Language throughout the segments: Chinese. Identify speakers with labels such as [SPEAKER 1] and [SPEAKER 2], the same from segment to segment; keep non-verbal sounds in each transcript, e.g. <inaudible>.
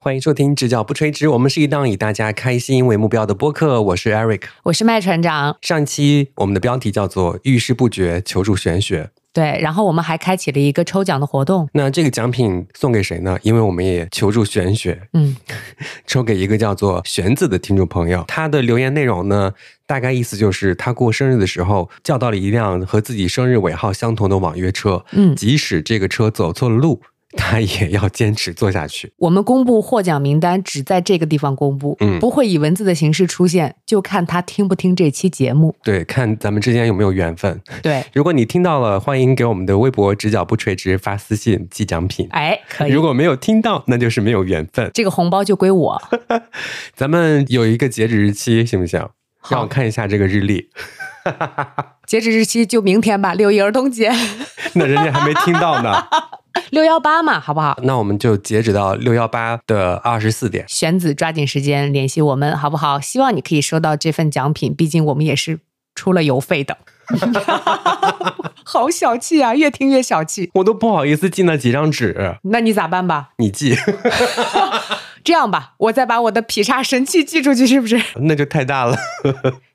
[SPEAKER 1] 欢迎收听《直角不垂直》，我们是一档以大家开心为目标的播客。我是 Eric。
[SPEAKER 2] 我是麦船长，
[SPEAKER 1] 上期我们的标题叫做“遇事不决，求助玄学
[SPEAKER 2] 对，然后我们还开启了一个抽奖的活动”。，
[SPEAKER 1] 那这个奖品送给谁呢？因为我们也求助玄学，
[SPEAKER 2] 嗯，
[SPEAKER 1] <laughs> 抽给一个叫做玄子的听众朋友。他的留言内容呢，大概意思就是他过生日的时候叫到了一辆和自己生日尾号相同的网约车，
[SPEAKER 2] 嗯
[SPEAKER 1] 即使这个车走错了路，他也要坚持坐下去。
[SPEAKER 2] 我们公布获奖名单只在这个地方公布，
[SPEAKER 1] 嗯
[SPEAKER 2] 不会以文字的形式出现，就看他听不听这期节目。
[SPEAKER 1] 对，看咱们之间有没有缘分。 <laughs>
[SPEAKER 2] 对，
[SPEAKER 1] 如果你听到了，欢迎给我们的微博“直角不垂直”发私信寄奖品。
[SPEAKER 2] 哎，可以
[SPEAKER 1] 如，果没有听到，那就是没有缘分。
[SPEAKER 2] 这个红包就归我。
[SPEAKER 1] 咱们有一个截止日期，行不行？让我
[SPEAKER 2] 好，
[SPEAKER 1] 看一下这个日历。 <laughs>
[SPEAKER 2] 截止日期就明天吧，六一儿童节，
[SPEAKER 1] 那人家还没听到呢，
[SPEAKER 2] 六幺八嘛，好不好？
[SPEAKER 1] <laughs> 那我们就截止到六幺八的二十四点。
[SPEAKER 2] 玄子，抓紧时间联系我们，好不好？希望你可以收到这份奖品，毕竟我们也是出了邮费的。 <laughs> 好小气啊，越听越小气。
[SPEAKER 1] 我都不好意思寄那几张纸，
[SPEAKER 2] 那你咋办吧？
[SPEAKER 1] 你寄，
[SPEAKER 2] 这样吧，我再把我的劈叉神器寄出去，是不 <laughs> 是？
[SPEAKER 1] <laughs> 那就太大了。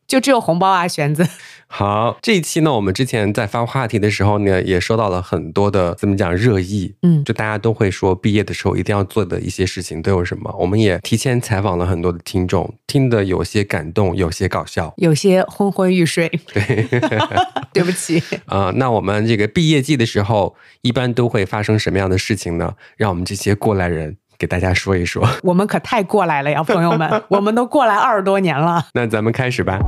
[SPEAKER 2] 就只有红包啊，玄子。 <laughs>
[SPEAKER 1] 好，这一期呢，我们之前在发话题的时候呢，也收到了很多的怎么讲热议，
[SPEAKER 2] 嗯
[SPEAKER 1] 就大家都会说毕业的时候一定要做的一些事情都有什么。我们也提前采访了很多的听众，听得有些感动，有些搞笑。
[SPEAKER 2] 有些昏昏欲睡，
[SPEAKER 1] 对，
[SPEAKER 2] <laughs> 对不起。
[SPEAKER 1] 啊、那我们这个毕业季的时候，一般都会发生什么样的事情呢？让我们这些过来人给大家说一说。 <laughs>
[SPEAKER 2] 我们可太过来了呀，朋友们，我们都过来二十多年了。
[SPEAKER 1] 那咱们开始吧。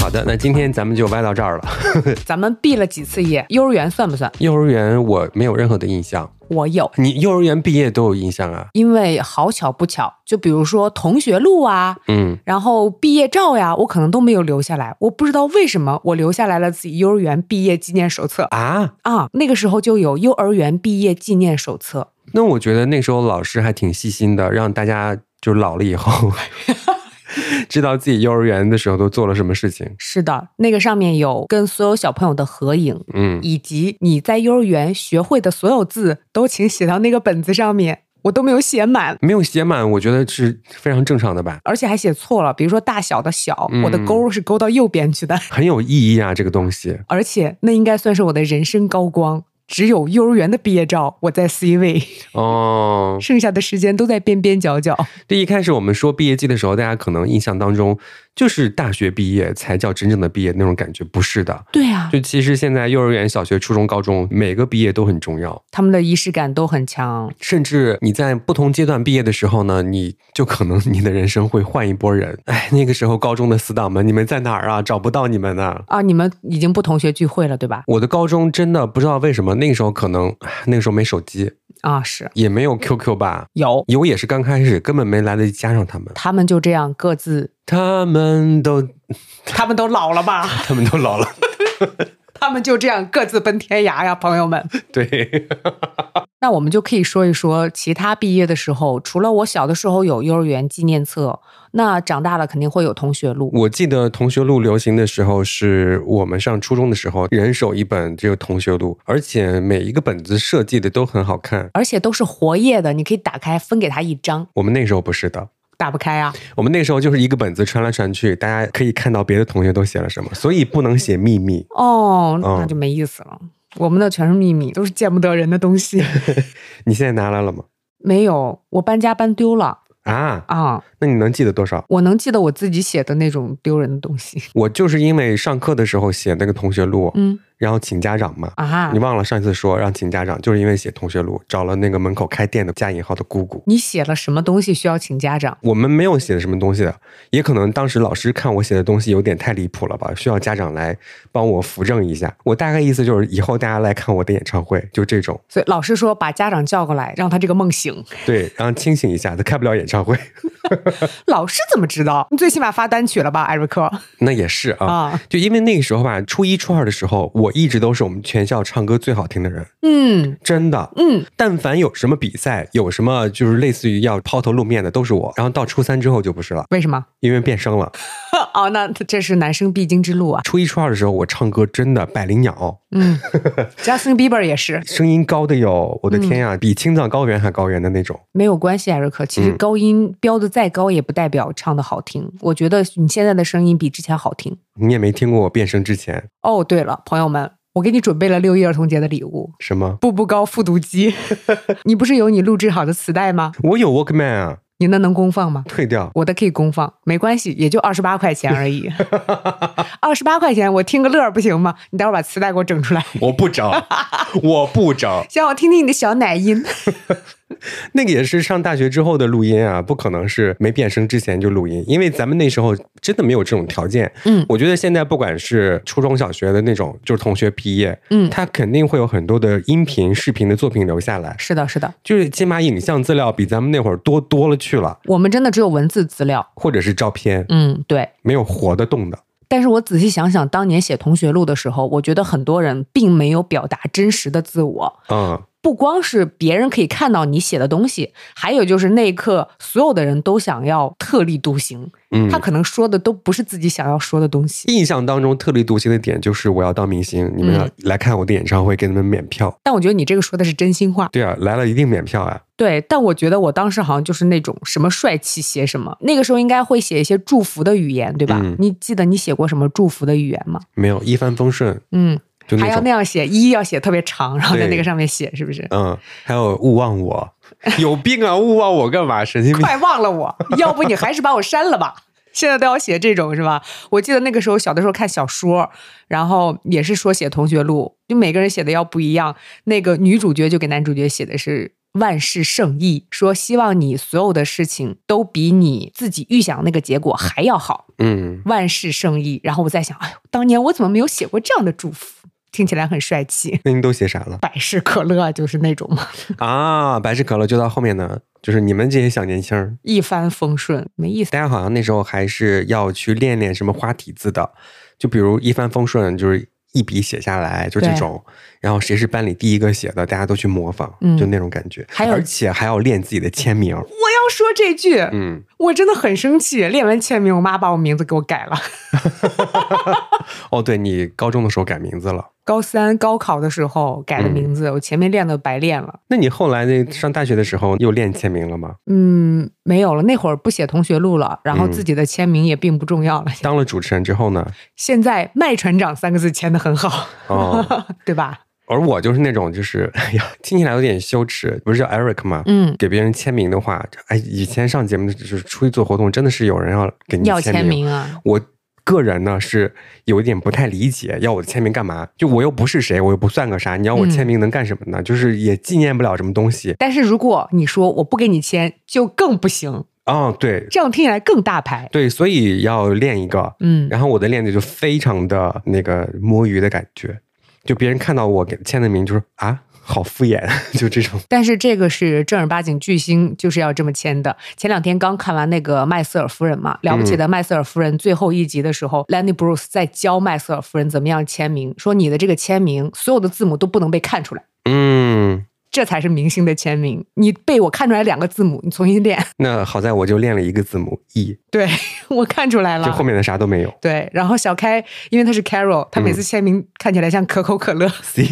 [SPEAKER 1] 好的，那今天咱们就歪到这儿了。
[SPEAKER 2] 咱们毕了几次业？幼儿园算不算？
[SPEAKER 1] 幼儿园我没有任何的印象，
[SPEAKER 2] 我有，
[SPEAKER 1] 你幼儿园毕业都有印象啊？
[SPEAKER 2] 因为好巧不巧，就比如说同学录啊，
[SPEAKER 1] 嗯，
[SPEAKER 2] 然后毕业照呀，我可能都没有留下来。我不知道为什么我留下来了自己幼儿园毕业纪念手册
[SPEAKER 1] 啊，
[SPEAKER 2] 啊，那个时候就有幼儿园毕业纪念手册。
[SPEAKER 1] 那我觉得那时候老师还挺细心的，让大家就老了以后 <laughs> 知道自己幼儿园的时候都做了什么事情。
[SPEAKER 2] 是的，那个上面有跟所有小朋友的合影，
[SPEAKER 1] 嗯，
[SPEAKER 2] 以及你在幼儿园学会的所有字，都请写到那个本子上面。我都没有写满，
[SPEAKER 1] 没有写满，我觉得是非常正常的吧，
[SPEAKER 2] 而且还写错了，比如说大小的小，
[SPEAKER 1] 嗯
[SPEAKER 2] 我的勾是勾到右边去的。
[SPEAKER 1] 很有意义啊，这个东西。
[SPEAKER 2] 而且那应该算是我的人生高光，只有幼儿园的毕业照我在 C 位，
[SPEAKER 1] 哦，
[SPEAKER 2] 剩下的时间都在边边角角。
[SPEAKER 1] 这一开始我们说毕业季的时候，大家可能印象当中就是大学毕业才叫真正的毕业那种感觉，不是的。
[SPEAKER 2] 对啊，
[SPEAKER 1] 就其实现在幼儿园、小学、初中、高中每个毕业都很重要。
[SPEAKER 2] 他们的仪式感都很强。
[SPEAKER 1] 甚至你在不同阶段毕业的时候呢，你就可能你的人生会换一波人。哎，那个时候高中的死党们，你们在哪儿啊？找不到你们呢、
[SPEAKER 2] 啊，你们已经不同学聚会了，对吧？
[SPEAKER 1] 我的高中真的不知道为什么，那个时候可能唉那个时候没手机，
[SPEAKER 2] 啊，是
[SPEAKER 1] 也没有 QQ 吧，
[SPEAKER 2] 有，
[SPEAKER 1] 有也是刚开始，根本没来得及加上他们。
[SPEAKER 2] 他们就这样各自，
[SPEAKER 1] 他们都， <laughs>
[SPEAKER 2] 他们都老了吧？
[SPEAKER 1] 他们都老了。
[SPEAKER 2] 他们就这样各自奔天涯呀，朋友们。
[SPEAKER 1] 对， <laughs>
[SPEAKER 2] 那我们就可以说一说其他毕业的时候，除了我小的时候有幼儿园纪念册，那长大了肯定会有同学录。
[SPEAKER 1] 我记得同学录流行的时候，是我们上初中的时候，人手一本这个同学录，而且每一个本子设计的都很好看。
[SPEAKER 2] 而且都是活页的，你可以打开分给他一张，
[SPEAKER 1] 我们那时候不是的，
[SPEAKER 2] 打不开啊。
[SPEAKER 1] 我们那时候就是一个本子传来传去，大家可以看到别的同学都写了什么，所以不能写秘密。
[SPEAKER 2] 哦，那
[SPEAKER 1] 嗯
[SPEAKER 2] 就没意思了。我们的全是秘密，都是见不得人的
[SPEAKER 1] <laughs>
[SPEAKER 2] 东西。
[SPEAKER 1] 你现在拿来了吗？
[SPEAKER 2] 没有，我搬家搬丢了
[SPEAKER 1] 啊，
[SPEAKER 2] 啊。
[SPEAKER 1] 那你能记得多少？
[SPEAKER 2] 我能记得我自己写的那种丢人的东西。
[SPEAKER 1] 我就是因为上课的时候写那个同学录，
[SPEAKER 2] 嗯
[SPEAKER 1] 然后请家长嘛。
[SPEAKER 2] 啊
[SPEAKER 1] 你，忘了上一次说让请家长，就是因为写同学录，找了那个门口开店的加引号的姑姑。
[SPEAKER 2] 你写了什么东西需要请家长？
[SPEAKER 1] 我们没有写什么东西的，也可能当时老师看我写的东西有点太离谱了吧，需要家长来帮我扶正一下。我大概意思就是以后大家来看我的演唱会，就这种，
[SPEAKER 2] 所以老师说把家长叫过来，让他这个梦醒。
[SPEAKER 1] 对，然后清醒一下，他开不了演唱会。
[SPEAKER 2] 老师怎么知道？你最起码发单曲了吧，艾瑞克
[SPEAKER 1] 那也是啊，
[SPEAKER 2] 啊？
[SPEAKER 1] 就因为那个时候吧，初一、初二的时候，我一直都是我们全校唱歌最好听的人，
[SPEAKER 2] 嗯
[SPEAKER 1] 真的。
[SPEAKER 2] 嗯，
[SPEAKER 1] 但凡有什么比赛，有什么就是类似于要抛头露面的，都是我。然后到初三之后就不是了，
[SPEAKER 2] 为什么？
[SPEAKER 1] 因为变声了。
[SPEAKER 2] <laughs> 哦，那这是男生必经之路啊。
[SPEAKER 1] 初一初二的时候，我唱歌真的百灵鸟，
[SPEAKER 2] <laughs> 嗯，Justin Bieber 也是
[SPEAKER 1] 声音高的哟，我的天呀，比青藏高原还高原的那种。
[SPEAKER 2] 没有关系，艾瑞克。其实
[SPEAKER 1] 嗯
[SPEAKER 2] 高音标的再高，也不代表唱的好听。我觉得你现在的声音比之前好听。
[SPEAKER 1] 你也没听过我变声之前
[SPEAKER 2] 哦，对了，朋友们，我给你准备了六一儿童节的礼物
[SPEAKER 1] 什么？
[SPEAKER 2] ——步步高复读 <laughs> 机。你不是有你录制好的磁带吗？
[SPEAKER 1] 我有 Walkman 啊，
[SPEAKER 2] 你那能公放吗？
[SPEAKER 1] 退掉。
[SPEAKER 2] 我的可以公放，没关系，也就二十八块钱而 <laughs> 已。二十八块钱，我听个乐儿不行吗？你待会儿把磁带给我整出来，
[SPEAKER 1] 我不找，我不找，
[SPEAKER 2] 想我听听你的小奶音。
[SPEAKER 1] 那个也是上大学之后的录音啊，不可能是没变声之前就录音，因为咱们那时候真的没有这种条件。
[SPEAKER 2] 嗯
[SPEAKER 1] 我觉得现在不管是初中小学的那种，就是同学毕业，
[SPEAKER 2] 嗯，
[SPEAKER 1] 他肯定会有很多的音频、视频的作品留下来，
[SPEAKER 2] <laughs> 是的，是的，
[SPEAKER 1] 就是起码影像资料比咱们那会儿多多了去了，
[SPEAKER 2] 我们真的只有文字资料。
[SPEAKER 1] 或者是照片，
[SPEAKER 2] 嗯，对。
[SPEAKER 1] 没有活的动的。
[SPEAKER 2] 但是我仔细想想，当年写同学录的时候，我觉得很多人并没有表达真实的自我。
[SPEAKER 1] 嗯，
[SPEAKER 2] 不光是别人可以看到你写的东西，还有就是那一刻，所有的人都想要特立独行。
[SPEAKER 1] 嗯
[SPEAKER 2] 他可能说的都不是自己想要说的东西。
[SPEAKER 1] 印象当中特立独行的点就是我要当明星，你们
[SPEAKER 2] 嗯
[SPEAKER 1] 要来看我的演唱会，给你们免票。
[SPEAKER 2] 但我觉得你这个说的是真心话。
[SPEAKER 1] 对啊，来了一定免票啊。
[SPEAKER 2] 对，但我觉得我当时好像就是那种什么帅气写什么，那个时候应该会写一些祝福的语言，对吧？
[SPEAKER 1] 嗯
[SPEAKER 2] 你记得你写过什么祝福的语言吗？
[SPEAKER 1] 没有一帆风顺，
[SPEAKER 2] 嗯，
[SPEAKER 1] 就
[SPEAKER 2] 还
[SPEAKER 1] 那
[SPEAKER 2] 要
[SPEAKER 1] 种
[SPEAKER 2] 那样写，一要写特别长，然后在
[SPEAKER 1] 对
[SPEAKER 2] 那个上面写，是不是？
[SPEAKER 1] 嗯，还有勿忘我， <laughs> 有病啊！勿忘我干嘛？神经病！
[SPEAKER 2] <laughs> 快忘了我，要不你还是把我删了吧。 <laughs> 现在都要写这种是吧？我记得那个时候小的时候看小说，然后也是说写同学录，就每个人写的要不一样。那个女主角就给男主角写的是万事胜意，说希望你所有的事情都比你自己预想那个结果还要好，
[SPEAKER 1] 嗯，
[SPEAKER 2] 万事胜意。然后我在想，哎呦，当年我怎么没有写过这样的祝福？听起来很帅气，
[SPEAKER 1] 那你都写啥了
[SPEAKER 2] 百事可乐就是那种嘛，
[SPEAKER 1] 啊？百事可乐就到后面呢，就是你们这些小年轻儿，
[SPEAKER 2] 一帆风顺，没意思。
[SPEAKER 1] 大家好像那时候还是要去练练什么花体字的，就比如一帆风顺，就是一笔写下来，就这
[SPEAKER 2] 对
[SPEAKER 1] 种。然后谁是班里第一个写的，大家都去模仿，
[SPEAKER 2] 嗯
[SPEAKER 1] 就那种感觉。
[SPEAKER 2] 还有
[SPEAKER 1] 而且还要练自己的签名。
[SPEAKER 2] 我要说这句，
[SPEAKER 1] 嗯，
[SPEAKER 2] 我真的很生气，练完签名，我妈把我名字给我改了。 <laughs>
[SPEAKER 1] 哦，对你高中的时候改名字了，
[SPEAKER 2] 高三高考的时候改了名字，我前面练的白练了。
[SPEAKER 1] 那你后来那上大学的时候又练签名了吗？
[SPEAKER 2] 嗯，没有了，那会儿不写同学录了，然后
[SPEAKER 1] 嗯
[SPEAKER 2] 自己的签名也并不重要了。
[SPEAKER 1] 当了主持人之后呢？
[SPEAKER 2] <laughs> 现在“麦船长”三个字签的很好， <laughs>
[SPEAKER 1] 哦，
[SPEAKER 2] 对吧？
[SPEAKER 1] 而我就是那种就是，哎呀，听起来有点羞耻，不是叫 Eric 吗？
[SPEAKER 2] 嗯，
[SPEAKER 1] 给别人签名的话，哎，以前上节目的就是出去做活动，真的是有人要给你
[SPEAKER 2] 要
[SPEAKER 1] 签
[SPEAKER 2] 签名啊。
[SPEAKER 1] 我个人呢是有一点不太理解，要我的签名干嘛？就我又不是谁，我又不算个啥，你要我
[SPEAKER 2] 嗯
[SPEAKER 1] 签名能干什么呢？就是也纪念不了什么东西。
[SPEAKER 2] 但是如果你说我不给你签，就更不行，
[SPEAKER 1] 哦，对
[SPEAKER 2] 这样听起来更大牌。
[SPEAKER 1] 对，所以要练一个。
[SPEAKER 2] 嗯，
[SPEAKER 1] 然后我的练的就非常的那个摸鱼的感觉，就别人看到我给签的名，就说啊，好敷衍， <laughs> 就这种。
[SPEAKER 2] 但是这个是正儿八经巨星，就是要这么签的。前两天刚看完那个《麦瑟尔夫人》嘛，《了不起的
[SPEAKER 1] 嗯
[SPEAKER 2] 麦瑟尔夫人》最后一集的时候、l a n n y Bruce 在教麦瑟尔夫人怎么样签名，说你的这个签名所有的字母都不能被看出来，
[SPEAKER 1] 嗯，
[SPEAKER 2] 这才是明星的签名。你被我看出来两个字母，你重新练。 <laughs>
[SPEAKER 1] 那好在我就练了一个字母 E，
[SPEAKER 2] 对我看出来
[SPEAKER 1] 就
[SPEAKER 2] 了
[SPEAKER 1] 后。面的啥都没有。
[SPEAKER 2] 对，然后小开，因为他是 Carol，他
[SPEAKER 1] 嗯
[SPEAKER 2] 每次签名看起来像可口可乐。 <laughs>
[SPEAKER 1] C。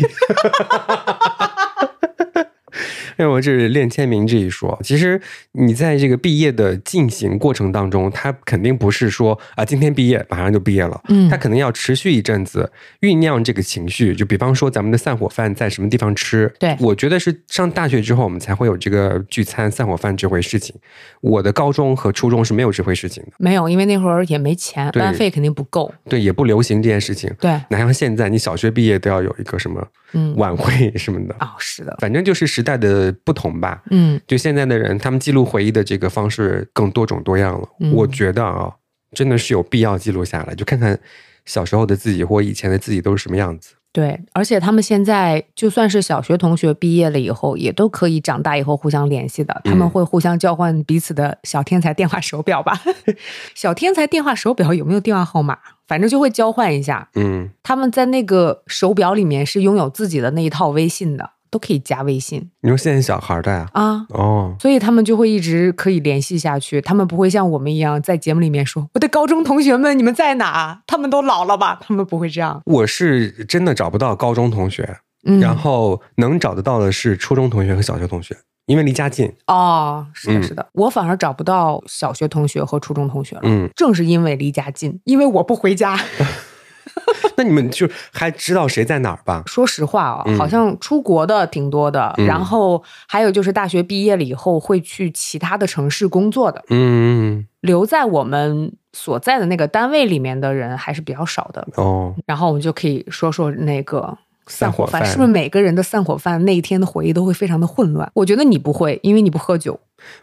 [SPEAKER 1] 因为哎我这是练签名这一说，其实你在这个毕业的进行过程当中，它肯定不是说啊今天毕业马上就毕业了，
[SPEAKER 2] 嗯
[SPEAKER 1] 它可能要持续一阵子酝酿这个情绪。就比方说咱们的散伙饭在什么地方吃，
[SPEAKER 2] 对
[SPEAKER 1] 我觉得是上大学之后我们才会有这个聚餐散伙饭这回事情。我的高中和初中是没有这回事情的，
[SPEAKER 2] 没有，因为那会儿也没钱，
[SPEAKER 1] 对
[SPEAKER 2] 班费肯定不够。
[SPEAKER 1] 对，也不流行这件事情。
[SPEAKER 2] 对，
[SPEAKER 1] 哪像现在，你小学毕业都要有一个什么
[SPEAKER 2] 嗯，
[SPEAKER 1] 晚会什么的，
[SPEAKER 2] 哦，是的，
[SPEAKER 1] 反正就是时代的不同吧。
[SPEAKER 2] 嗯，
[SPEAKER 1] 就现在的人，他们记录回忆的这个方式更多种多样了。
[SPEAKER 2] 嗯
[SPEAKER 1] 我觉得啊，真的是有必要记录下来，就看看小时候的自己或以前的自己都是什么样子。
[SPEAKER 2] 对，而且他们现在就算是小学同学毕业了以后，也都可以长大以后互相联系的。他们
[SPEAKER 1] 嗯
[SPEAKER 2] 会互相交换彼此的小天才电话手表吧？ <laughs> 小天才电话手表有没有电话号码？反正就会交换一下。
[SPEAKER 1] 嗯，
[SPEAKER 2] 他们在那个手表里面是拥有自己的那一套微信的，都可以加微信
[SPEAKER 1] 你说现在小孩儿的呀、
[SPEAKER 2] 啊。
[SPEAKER 1] 哦，
[SPEAKER 2] 所以他们就会一直可以联系下去，他们不会像我们一样在节目里面说我的高中同学们你们在哪？啊他们都老了吧？他们不会这样。
[SPEAKER 1] 我是真的找不到高中同学，
[SPEAKER 2] 嗯，
[SPEAKER 1] 然后能找得到的是初中同学和小学同学，因为离家近。
[SPEAKER 2] 哦，是的，
[SPEAKER 1] 嗯
[SPEAKER 2] 是的，我反而找不到小学同学和初中同学了。 <laughs>
[SPEAKER 1] 嗯，
[SPEAKER 2] 正是因为离家近，因为我不回家。 <laughs>
[SPEAKER 1] 那你们就还知道谁在哪儿吧？
[SPEAKER 2] 说实话啊、
[SPEAKER 1] 嗯
[SPEAKER 2] 好像出国的挺多的，
[SPEAKER 1] 嗯
[SPEAKER 2] 然后还有就是大学毕业了以后会去其他的城市工作的，
[SPEAKER 1] 嗯，
[SPEAKER 2] 留在我们所在的那个单位里面的人还是比较少的。
[SPEAKER 1] 哦，
[SPEAKER 2] 然后我们就可以说说那个散
[SPEAKER 1] 散
[SPEAKER 2] 伙
[SPEAKER 1] 伙
[SPEAKER 2] 饭，
[SPEAKER 1] 饭
[SPEAKER 2] 是不是每个人的散伙饭那一天的回忆都会非常的混乱？我觉得你不会，因为你不喝酒，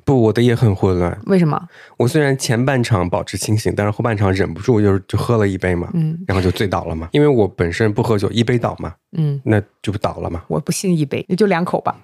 [SPEAKER 1] 不，我的也很混乱。
[SPEAKER 2] 为什么？
[SPEAKER 1] 我虽然前半场保持清醒，但是后半场忍不住就是就喝了一杯嘛，
[SPEAKER 2] 嗯
[SPEAKER 1] 然后就醉倒了嘛。因为我本身不喝酒，一杯倒嘛，
[SPEAKER 2] 嗯，
[SPEAKER 1] 那就不倒了嘛。
[SPEAKER 2] 我不信一杯，也就两口吧。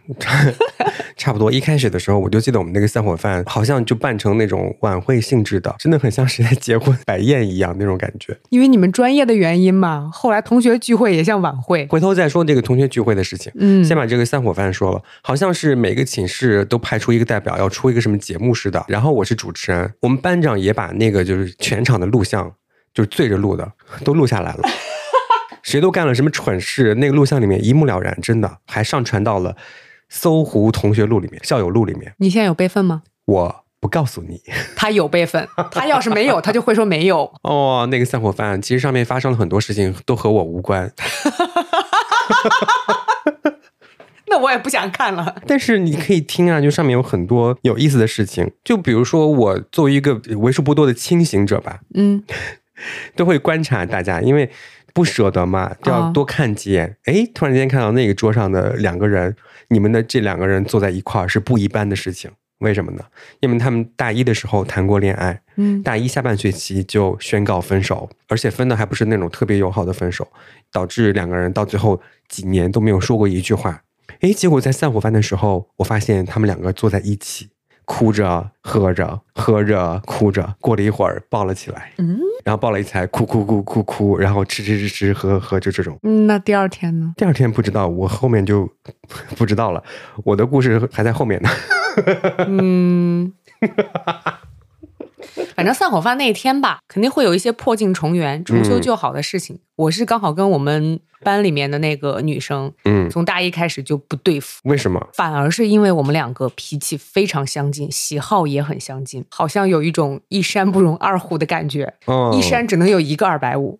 [SPEAKER 1] 差不多一开始的时候，我就记得我们那个散伙饭好像就办成那种晚会性质的，真的很像是在结婚 <laughs> 摆宴一样那种感觉。
[SPEAKER 2] 因为你们专业的原因嘛，后来同学聚会也像晚会，
[SPEAKER 1] 回头再说这个同学聚会的事情。
[SPEAKER 2] 嗯，
[SPEAKER 1] 先把这个散伙饭说了，好像是每个寝室都派出一个代表，要出一个什么节目似的。然后我是主持人，我们班长也把那个就是全场的录像，就是对着录的，都录下来了。谁都干了什么蠢事，那个录像里面一目了然，真的还上传到了搜狐同学录里面、校友录里面。
[SPEAKER 2] 你现在有备份吗？
[SPEAKER 1] 我不告诉你。
[SPEAKER 2] 他有备份， <laughs> 他要是没有，他就会说没有。
[SPEAKER 1] 哦，那个散伙饭，其实上面发生了很多事情，都和我无关。
[SPEAKER 2] 那我也不想看了。
[SPEAKER 1] 但是你可以听啊，就上面有很多有意思的事情。就比如说，我作为一个为数不多的清醒者吧，
[SPEAKER 2] 嗯，
[SPEAKER 1] 都会观察大家，因为不舍得嘛，就要
[SPEAKER 2] 啊
[SPEAKER 1] 多看几眼。哎、突然间看到那个桌上的两个人，你们的这两个人坐在一块儿是不一般的事情。为什么呢？因为他们大一的时候谈过恋爱，
[SPEAKER 2] 嗯
[SPEAKER 1] 大一下半学期就宣告分手，而且分的还不是那种特别友好的分手，导致两个人到最后几年都没有说过一句话。诶，结果在散伙饭的时候，我发现他们两个坐在一起，哭着、喝着、喝着、哭着，过了一会儿抱了起来，
[SPEAKER 2] 嗯，
[SPEAKER 1] 然后抱了一起来，哭哭哭哭哭，然后吃吃吃吃喝喝，就这种。
[SPEAKER 2] 嗯那第二天呢？
[SPEAKER 1] 第二天不知道，我后面就 <laughs> 不知道了，我的故事还在后面呢。 <laughs>
[SPEAKER 2] 嗯， <laughs> 反正散伙饭那一天吧，肯定会有一些破镜重圆、重修旧好的事情。我是刚好跟我们班里面的那个女生，
[SPEAKER 1] 嗯，
[SPEAKER 2] 从大一开始就不对付。
[SPEAKER 1] 为什么？
[SPEAKER 2] 反而是因为我们两个脾气非常相近，喜好也很相近，好像有一种一山不容二虎的感觉，
[SPEAKER 1] 哦，
[SPEAKER 2] 一山只能有一个二百五。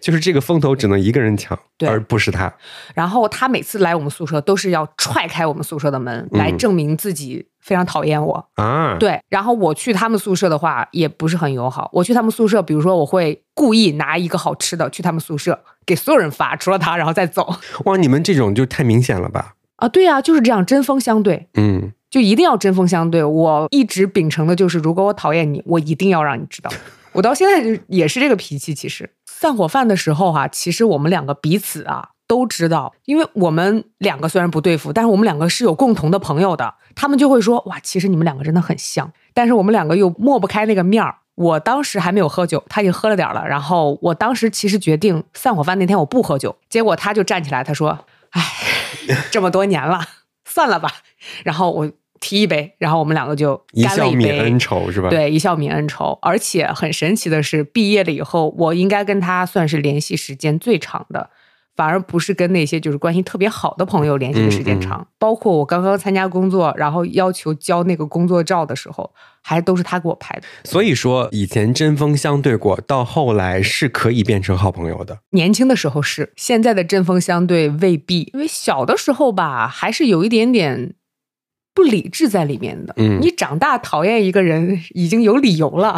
[SPEAKER 1] 就是这个风头只能一个人抢，
[SPEAKER 2] 对
[SPEAKER 1] 而不是他。
[SPEAKER 2] 然后他每次来我们宿舍都是要踹开我们宿舍的门，来证明自己非常讨厌我。
[SPEAKER 1] 啊，，
[SPEAKER 2] 对，然后我去他们宿舍的话，也不是很友好。我去他们宿舍，比如说我会故意拿一个好吃的去他们宿舍给所有人发，除了他，然后再走。
[SPEAKER 1] 哇，你们这种就太明显了吧？
[SPEAKER 2] 啊，对啊，就是这样，针锋相对，
[SPEAKER 1] 嗯，
[SPEAKER 2] 就一定要针锋相对。我一直秉承的就是，如果我讨厌你，我一定要让你知道。我到现在就也是这个脾气。其实散伙饭的时候哈、其实我们两个彼此啊都知道，因为我们两个虽然不对付，但是我们两个是有共同的朋友的。他们就会说哇，其实你们两个真的很像，但是我们两个又抹不开那个面儿。我当时还没有喝酒，他已经喝了点儿了。然后我当时其实决定散伙饭那天我不喝酒，结果他就站起来，他说：“哎，这么多年了， <laughs> 算了吧。”然后我提一杯，然后我们两个就
[SPEAKER 1] 一
[SPEAKER 2] 干了
[SPEAKER 1] 笑
[SPEAKER 2] 一
[SPEAKER 1] 泯
[SPEAKER 2] 杯，
[SPEAKER 1] 恩仇是吧？，
[SPEAKER 2] 对，一笑泯恩仇。而且很神奇的是，毕业了以后，我应该跟他算是联系时间最长的，反而不是跟那些就是关系特别好的朋友联系的时间
[SPEAKER 1] 嗯
[SPEAKER 2] 长。包括我刚刚参加工作，然后要求交那个工作照的时候，还都是他给我拍的。
[SPEAKER 1] 所以说以前针锋相对过，到后来是可以变成好朋友的。
[SPEAKER 2] 年轻的时候是，现在的针锋相对未必，因为小的时候吧，还是有一点点不理智在里面的。
[SPEAKER 1] 嗯
[SPEAKER 2] 你长大讨厌一个人已经有理由了。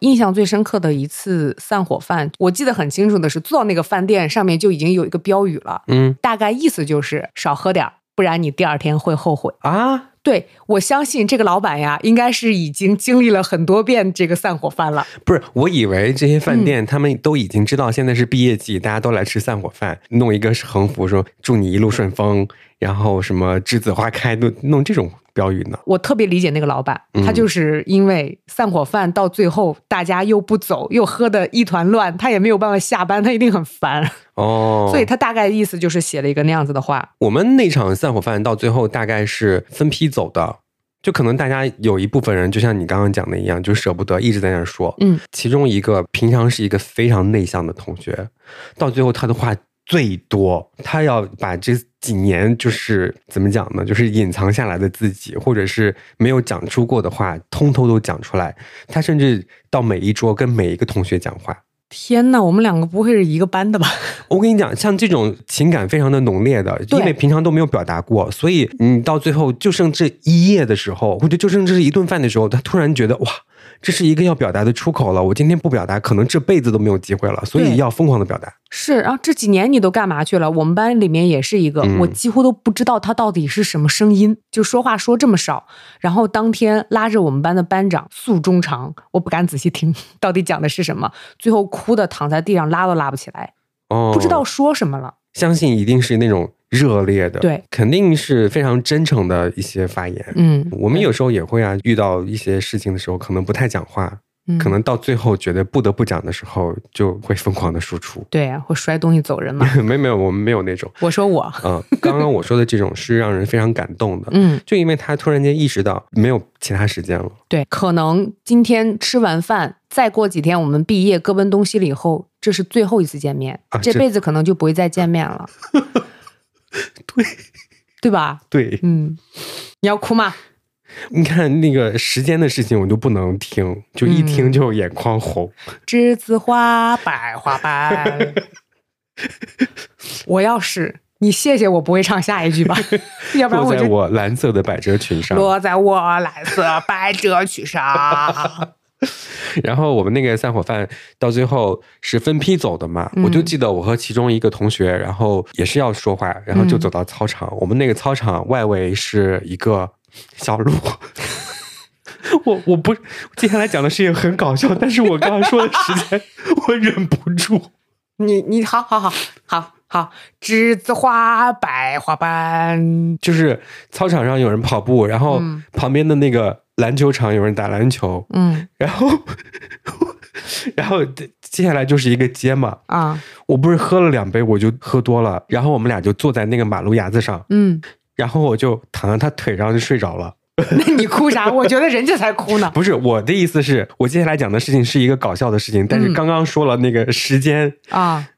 [SPEAKER 2] 印象最深刻的一次散伙饭，我记得很清楚的是，坐到那个饭店上面就已经有一个标语了，
[SPEAKER 1] <laughs> 嗯
[SPEAKER 2] 大概意思就是少喝点儿，不然你第二天会后悔。
[SPEAKER 1] 啊，
[SPEAKER 2] 对我相信这个老板呀，应该是已经经历了很多遍这个散伙饭了。
[SPEAKER 1] 不是，我以为这些饭
[SPEAKER 2] 嗯
[SPEAKER 1] 店、他们都已经知道现在是毕业季，大家都来吃散伙饭，弄一个横幅说祝你一路顺风，然后什么栀子花开，弄弄这种标语呢？
[SPEAKER 2] 我特别理解那个老板，
[SPEAKER 1] 嗯
[SPEAKER 2] 他就是因为散伙饭到最后大家又不走，又喝得一团乱，他也没有办法下班，他一定很烦，
[SPEAKER 1] 哦，
[SPEAKER 2] 所以他大概意思就是写了一个那样子的话。
[SPEAKER 1] 我们那场散伙饭到最后大概是分批走的，就可能大家有一部分人就像你刚刚讲的一样，就舍不得，一直在那儿说。
[SPEAKER 2] 嗯，
[SPEAKER 1] 其中一个平常是一个非常内向的同学，到最后他的话最多，他要把这几年就是怎么讲呢，就是隐藏下来的自己，或者是没有讲出过的话，通通都讲出来。他甚至到每一桌跟每一个同学讲话。
[SPEAKER 2] 天呐，我们两个不会是一个班的吧？
[SPEAKER 1] 我跟你讲，像这种情感非常的浓烈的，
[SPEAKER 2] 对
[SPEAKER 1] 因为平常都没有表达过，所以你到最后就剩这一夜的时候，或者就剩这一顿饭的时候，他突然觉得哇，这是一个要表达的出口了。我今天不表达，可能这辈子都没有机会了，所以
[SPEAKER 2] 对
[SPEAKER 1] 要疯狂的表达。
[SPEAKER 2] 是，然后这几年你都干嘛去了？我们班里面也是一个，
[SPEAKER 1] 嗯
[SPEAKER 2] 我几乎都不知道他到底是什么声音，就说话说这么少。然后当天拉着我们班的班长诉衷肠，我不敢仔细听 <laughs> 到底讲的是什么，最后哭的躺在地上拉都拉不起来，
[SPEAKER 1] 哦，
[SPEAKER 2] 不知道，说什么了。
[SPEAKER 1] 相信一定是那种热烈的，
[SPEAKER 2] 对，
[SPEAKER 1] 肯定是非常真诚的一些发言。
[SPEAKER 2] 嗯，
[SPEAKER 1] 我们有时候也会啊，遇到一些事情的时候，可能不太讲话，
[SPEAKER 2] 嗯
[SPEAKER 1] 可能到最后觉得不得不讲的时候，就会疯狂的输出。 <laughs>
[SPEAKER 2] 对，啊会摔东西走人嘛。
[SPEAKER 1] 没有没有，我们没有那种。
[SPEAKER 2] 我说我，
[SPEAKER 1] 嗯，刚刚我说的这种是让人非常感动的，
[SPEAKER 2] 嗯，
[SPEAKER 1] 就因为他突然间意识到没有其他时间了。
[SPEAKER 2] 对，可能今天吃完饭，再过几天我们毕业各奔东西了以后，这是最后一次见面，
[SPEAKER 1] 啊
[SPEAKER 2] 这
[SPEAKER 1] 这
[SPEAKER 2] 辈子可能就不会再见面了。
[SPEAKER 1] <laughs> 对，
[SPEAKER 2] 对吧？
[SPEAKER 1] 对， <laughs>
[SPEAKER 2] 嗯，你要哭吗？
[SPEAKER 1] 你看那个时间的事情，我就不能听，就一
[SPEAKER 2] 嗯
[SPEAKER 1] 听就眼眶红。
[SPEAKER 2] 栀子花，百花瓣。我要是你，谢谢我不会唱下一句吧，要不然
[SPEAKER 1] 落
[SPEAKER 2] 我
[SPEAKER 1] 在
[SPEAKER 2] 就
[SPEAKER 1] 我蓝色的百褶裙上，
[SPEAKER 2] 落在我蓝色百褶裙上。
[SPEAKER 1] 然后我们那个散伙饭到最后是分批走的嘛，
[SPEAKER 2] 嗯
[SPEAKER 1] 我就记得我和其中一个同学，然后也是要说话，然后就
[SPEAKER 2] 嗯
[SPEAKER 1] 走到操场。我们那个操场外围是一个小路。 <laughs> 我我不接下来讲的事情很搞笑，但是我刚刚说的时间我忍不住。
[SPEAKER 2] 你你好好好好好，栀子花，百花瓣。
[SPEAKER 1] 就是操场上有人跑步，然后
[SPEAKER 2] 嗯
[SPEAKER 1] 旁边的那个篮球场有人打篮球，
[SPEAKER 2] 嗯
[SPEAKER 1] 然后 <laughs> 然后接下来就是一个街嘛，
[SPEAKER 2] 啊，
[SPEAKER 1] 我不是喝了两杯，我就喝多了，然后我们俩就坐在那个马路牙子上，
[SPEAKER 2] <laughs> 嗯，
[SPEAKER 1] 然后我就躺在他腿上就睡着了。
[SPEAKER 2] 那你哭 <laughs> 啥？我觉得人家才哭呢。
[SPEAKER 1] 不是我的意思是，我接下来讲的事情是一个搞笑的事情，但是
[SPEAKER 2] 嗯
[SPEAKER 1] 刚刚说了那个时间
[SPEAKER 2] 啊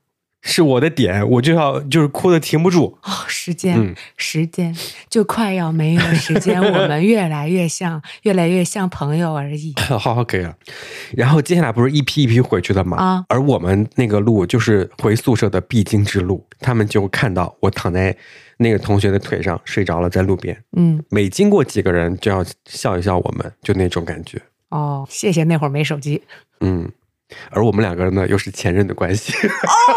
[SPEAKER 1] 是我的点，我就要就是哭的停不住。
[SPEAKER 2] 哦，时间、
[SPEAKER 1] 嗯
[SPEAKER 2] 时间就快要没有时间，我们越来越像，越来越像朋友而已。
[SPEAKER 1] 好好可以了。然后接下来不是一批一批回去的吗？
[SPEAKER 2] 啊
[SPEAKER 1] 而我们那个路就是回宿舍的必经之路，他们就看到我躺在那个同学的腿上睡着了，在路边。
[SPEAKER 2] 嗯，
[SPEAKER 1] 每经过几个人就要笑一笑我们，就那种感觉。
[SPEAKER 2] 哦，谢谢那会儿没手机。
[SPEAKER 1] 嗯，而我们两个人呢，又是前任的关系。 <laughs>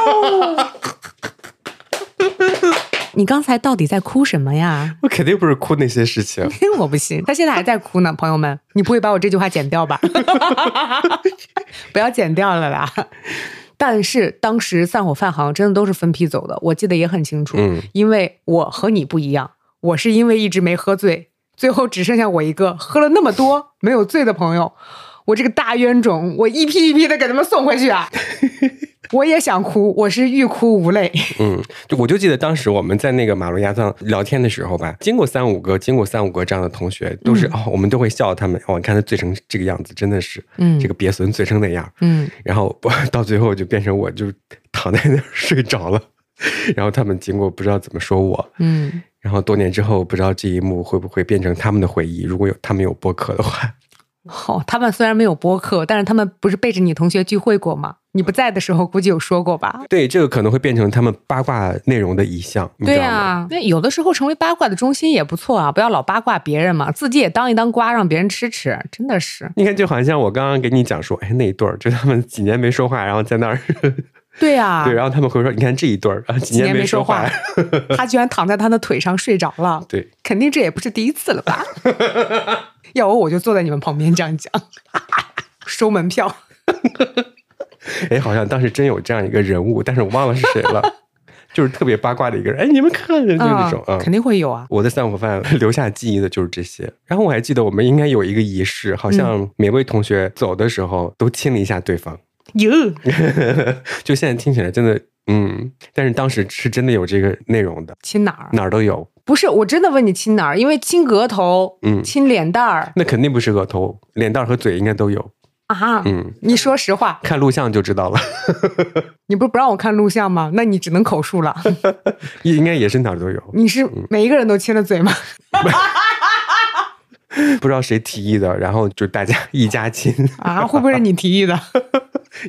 [SPEAKER 2] 你刚才到底在哭什么呀？
[SPEAKER 1] 我肯定不是哭那些事情，
[SPEAKER 2] <laughs> 我不信，他现在还在哭呢，朋友们，你不会把我这句话剪掉吧？ <laughs> 不要剪掉了啦。但是当时散伙饭好像真的都是分批走的，我记得也很清楚。
[SPEAKER 1] 嗯
[SPEAKER 2] 因为我和你不一样，我是因为一直没喝醉，最后只剩下我一个喝了那么多没有醉的朋友，我这个大冤种，我一批一批的给他们送回去 <laughs> 啊！我也想哭，我是欲哭无泪。
[SPEAKER 1] 嗯，就我就记得当时我们在那个马路牙子上聊天的时候吧，经过三五个，经过三五个这样的同学，都是、哦，我们都会笑他们，哦，你看他醉成这个样子，真的是，
[SPEAKER 2] 嗯
[SPEAKER 1] 这个瘪孙醉成那样，
[SPEAKER 2] 嗯，
[SPEAKER 1] 然后我 <laughs> 到最后就变成我就躺在那儿睡着了， <laughs> 然后他们经过不知道怎么说我，
[SPEAKER 2] 嗯，
[SPEAKER 1] 然后多年之后不知道这一幕会不会变成他们的回忆，如果有他们有播客的话，
[SPEAKER 2] <laughs> 好、他们虽然没有播客，但是他们不是背着你同学聚会过吗？你不在的时候，估计有说过吧？
[SPEAKER 1] 对，这个可能会变成他们八卦内容的一项，你知
[SPEAKER 2] 对
[SPEAKER 1] 道吗？
[SPEAKER 2] 啊，那有的时候成为八卦的中心也不错啊，不要老八卦别人嘛，自己也当一当瓜，让别人吃吃，真的是。
[SPEAKER 1] 你看，就好像我刚刚给你讲说，哎，那一对儿，就他们几年没说话，然后在那儿，
[SPEAKER 2] 对啊，
[SPEAKER 1] <laughs> 对，然后他们会说，你看这一对儿，然后几
[SPEAKER 2] 几年
[SPEAKER 1] 没
[SPEAKER 2] 没说
[SPEAKER 1] 话，
[SPEAKER 2] 话，
[SPEAKER 1] <laughs>
[SPEAKER 2] 他居然躺在他的腿上睡着了，
[SPEAKER 1] 对，
[SPEAKER 2] 肯定这也不是第一次了吧？要我我就坐在你们旁边这样讲，收门票。 <laughs>
[SPEAKER 1] 哎，好像当时真有这样一个人物，但是我忘了是谁了。就是特别八卦的一个人。哎，你们看人就是这种啊。
[SPEAKER 2] 肯定会有啊。
[SPEAKER 1] 我的散伙饭 <laughs> 留下记忆的就是这些。然后我还记得我们应该有一个仪式，
[SPEAKER 2] 嗯
[SPEAKER 1] 好像每位同学走的时候都亲了一下对方。 <laughs>
[SPEAKER 2] 有，
[SPEAKER 1] 就现在听起来真的，嗯，但是当时是真的有这个内容的，
[SPEAKER 2] 亲哪儿？啊
[SPEAKER 1] 哪儿都有。
[SPEAKER 2] 不是，我真的问你亲哪儿，因为亲额头，
[SPEAKER 1] 嗯
[SPEAKER 2] 亲脸蛋儿
[SPEAKER 1] 那肯定不是额头、脸蛋儿和嘴应该都有。
[SPEAKER 2] 啊。
[SPEAKER 1] 嗯，
[SPEAKER 2] 你说实话，
[SPEAKER 1] 看录像就知道了， <laughs>
[SPEAKER 2] 你不是不让我看录像吗？那你只能口
[SPEAKER 1] <laughs>
[SPEAKER 2] 述了。
[SPEAKER 1] 应该也是哪儿都有。
[SPEAKER 2] <laughs> 你是每一个人都亲了嘴吗？
[SPEAKER 1] 不知道谁提议的，然后就大家一家亲，
[SPEAKER 2] 啊，会不会是你提议
[SPEAKER 1] <laughs>
[SPEAKER 2] 的？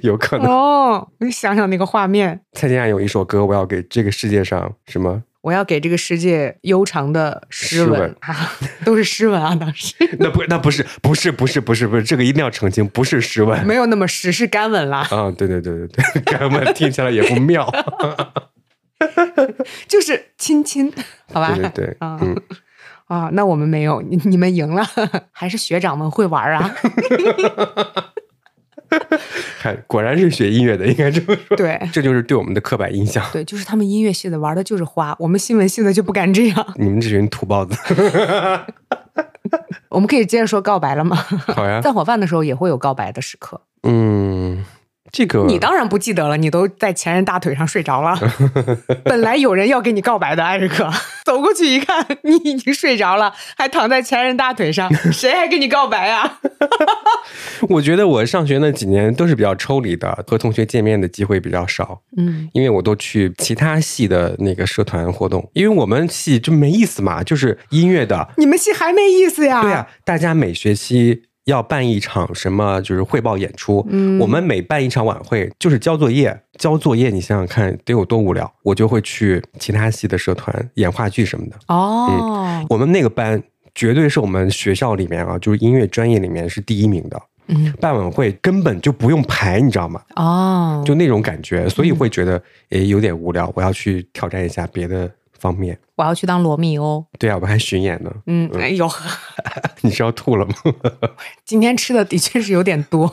[SPEAKER 1] 有可能。
[SPEAKER 2] 哦，你想想那个画面，
[SPEAKER 1] 蔡健雅有一首歌，我要给这个世界上什么？ <laughs>
[SPEAKER 2] 我要给这个世界悠长的诗
[SPEAKER 1] 诗
[SPEAKER 2] 文
[SPEAKER 1] 文
[SPEAKER 2] 啊，都是诗文啊，当
[SPEAKER 1] <laughs>
[SPEAKER 2] 时
[SPEAKER 1] 那不，那不是，不是，不是，不是，不是，这个一定要澄清，不是诗文
[SPEAKER 2] 没有那么诗，是干吻啦，
[SPEAKER 1] 啊！对对对对对， <laughs> 干嘛听起来也不妙。
[SPEAKER 2] 就是亲亲，好吧？
[SPEAKER 1] 对对对，
[SPEAKER 2] 啊
[SPEAKER 1] 嗯，
[SPEAKER 2] 啊，那我们没有，你你们赢了， <laughs> 还是学长们会玩
[SPEAKER 1] <laughs>
[SPEAKER 2] 啊？
[SPEAKER 1] 看，果然是学音乐的，应该这么说。 <laughs>
[SPEAKER 2] 对
[SPEAKER 1] 这就是对我们的刻板印象。
[SPEAKER 2] 对，就是他们音乐系的玩的就是花，我们新闻系的就不敢这样。
[SPEAKER 1] 你们这群土包子， <laughs>
[SPEAKER 2] 我们可以接着说告白了吗？
[SPEAKER 1] 好
[SPEAKER 2] <laughs>
[SPEAKER 1] 呀，
[SPEAKER 2] 散伙饭的时候也会有告白的时刻，
[SPEAKER 1] 嗯，这个
[SPEAKER 2] 你当然不记得了，你都在前任大腿上睡着了。本来有人要跟你告白的，艾瑞克走过去一看，你已经睡着了，还躺在前任大腿上，谁还跟你告白啊？
[SPEAKER 1] 我觉得我上学那几年都是比较抽离的，和同学见面的机会比较少，
[SPEAKER 2] 嗯，
[SPEAKER 1] 因为我都去其他系的那个社团活动，因为我们系就没意思嘛，就是音乐的，
[SPEAKER 2] 你们系还没意思呀？
[SPEAKER 1] 对啊，大家每学期要办一场什么，就是汇报演出。
[SPEAKER 2] 嗯
[SPEAKER 1] 我们每办一场晚会，就是交作业，交作业，你想想看得有多无聊。我就会去其他系的社团演话剧什么的。
[SPEAKER 2] 哦，
[SPEAKER 1] 我们那个班绝对是我们学校里面啊，就是音乐专业里面是第一名的。
[SPEAKER 2] 嗯，
[SPEAKER 1] 办晚会根本就不用排，你知道吗？
[SPEAKER 2] 哦，
[SPEAKER 1] 就那种感觉，所以
[SPEAKER 2] 嗯
[SPEAKER 1] 会觉得诶有点无聊，我要去挑战一下别的方面。
[SPEAKER 2] 我要去当罗密欧。
[SPEAKER 1] 对啊，我们还巡演呢。 <laughs>
[SPEAKER 2] 嗯，哎呦，
[SPEAKER 1] 你是要吐了吗？ <laughs>
[SPEAKER 2] 今天吃的的确是有点多。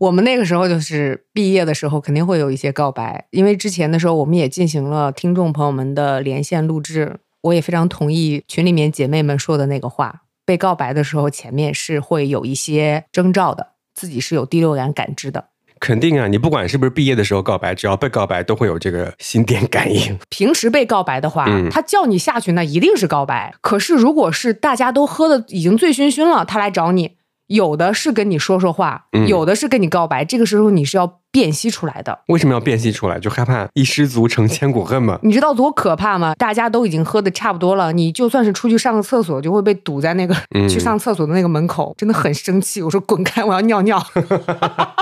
[SPEAKER 2] 我们那个时候就是毕业的时候，肯定会有一些告白，因为之前的时候我们也进行了听众朋友们的连线录制。我也非常同意群里面姐妹们说的那个话，被告白的时候前面是会有一些征兆的，自己是有第六感感知的。
[SPEAKER 1] 肯定啊，你不管是不是毕业的时候告白，只要被告白，都会有这个心电感应。 <laughs>
[SPEAKER 2] 平时被告白的话，
[SPEAKER 1] 嗯
[SPEAKER 2] 他叫你下去那一定是告白。可是如果是大家都喝的已经醉醺醺了，他来找你，有的是跟你说说话，
[SPEAKER 1] 嗯
[SPEAKER 2] 有的是跟你告白，这个时候你是要辨析出来的。
[SPEAKER 1] 为什么要辨析出来？就害怕一失足成千古恨嘛。 <laughs>
[SPEAKER 2] 你知道多可怕吗？大家都已经喝的差不多了，你就算是出去上个厕所，就会被堵在那个、
[SPEAKER 1] 嗯
[SPEAKER 2] 去上厕所的那个门口，真的很生气。我说滚开，我要
[SPEAKER 1] <laughs>
[SPEAKER 2] 尿尿。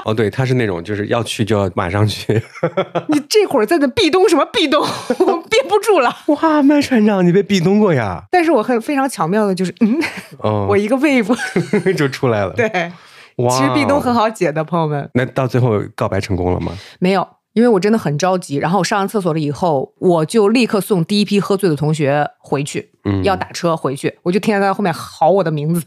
[SPEAKER 1] 哦，对，他是那种就是要去就要马上去。 <laughs>
[SPEAKER 2] 你这会儿在那壁咚什么壁咚， <laughs> 我憋不住了。
[SPEAKER 1] 哇，麦船长，你被壁咚过呀？
[SPEAKER 2] 但是我很非常巧妙的就是，嗯，
[SPEAKER 1] 哦， <laughs>
[SPEAKER 2] 我一个 wave，
[SPEAKER 1] 就出来了。，
[SPEAKER 2] 对，
[SPEAKER 1] 哇，哦
[SPEAKER 2] 其实壁咚很。好解的，朋友们。
[SPEAKER 1] 那到最后告白成功了吗？
[SPEAKER 2] 没有，因为我真的很着急。然后我上完厕所了以后，我就立刻送第一批喝醉的同学回去，
[SPEAKER 1] 嗯
[SPEAKER 2] 要打车回去。我就天天在后面嚎我的名字，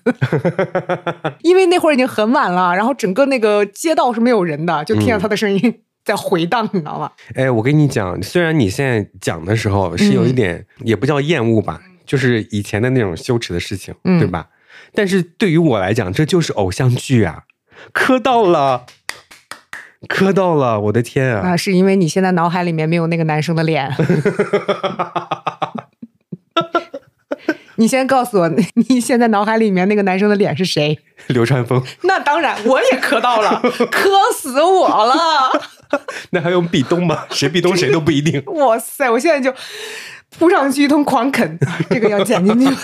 [SPEAKER 2] <laughs> 因为那会儿已经很晚了，然后整个那个街道是没有人的，就听
[SPEAKER 1] 嗯
[SPEAKER 2] 到他的声音在回荡，你知道吗？
[SPEAKER 1] 哎，我跟你讲，虽然你现在讲的时候是有一点，也不叫厌恶吧，就是以前的那种羞耻的事情，
[SPEAKER 2] 嗯
[SPEAKER 1] 对吧？但是对于我来讲，这就是偶像剧啊，磕到了，磕到了，我的天啊！
[SPEAKER 2] 啊，是因为你现在脑海里面没有那个男生的脸。 <laughs> 你先告诉我，你现在脑海里面那个男生的脸是谁？
[SPEAKER 1] 流川枫，
[SPEAKER 2] 那当然，我也磕到 <laughs> 了，磕死我了。。
[SPEAKER 1] 那还用壁咚吗？谁壁咚谁都不一定
[SPEAKER 2] <laughs> 哇塞！我现在就扑上去一通狂啃，啊这个要剪进去，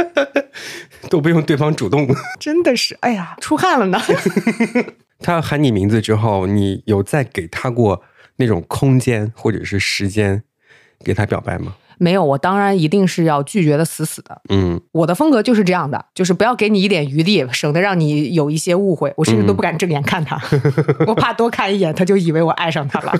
[SPEAKER 2] <laughs>
[SPEAKER 1] 都不用对方主动。
[SPEAKER 2] 真的是，哎呀，出汗了呢。 <laughs>
[SPEAKER 1] 他喊你名字之后，你有再给他过那种空间或者是时间给他表白吗？
[SPEAKER 2] 没有，我当然一定是要拒绝的死死的。
[SPEAKER 1] 嗯，
[SPEAKER 2] 我的风格就是这样的，就是不要给你一点余地，省得让你有一些误会。我甚至都不敢正眼看他， <laughs> 我怕多看一眼他就以为我爱上他了。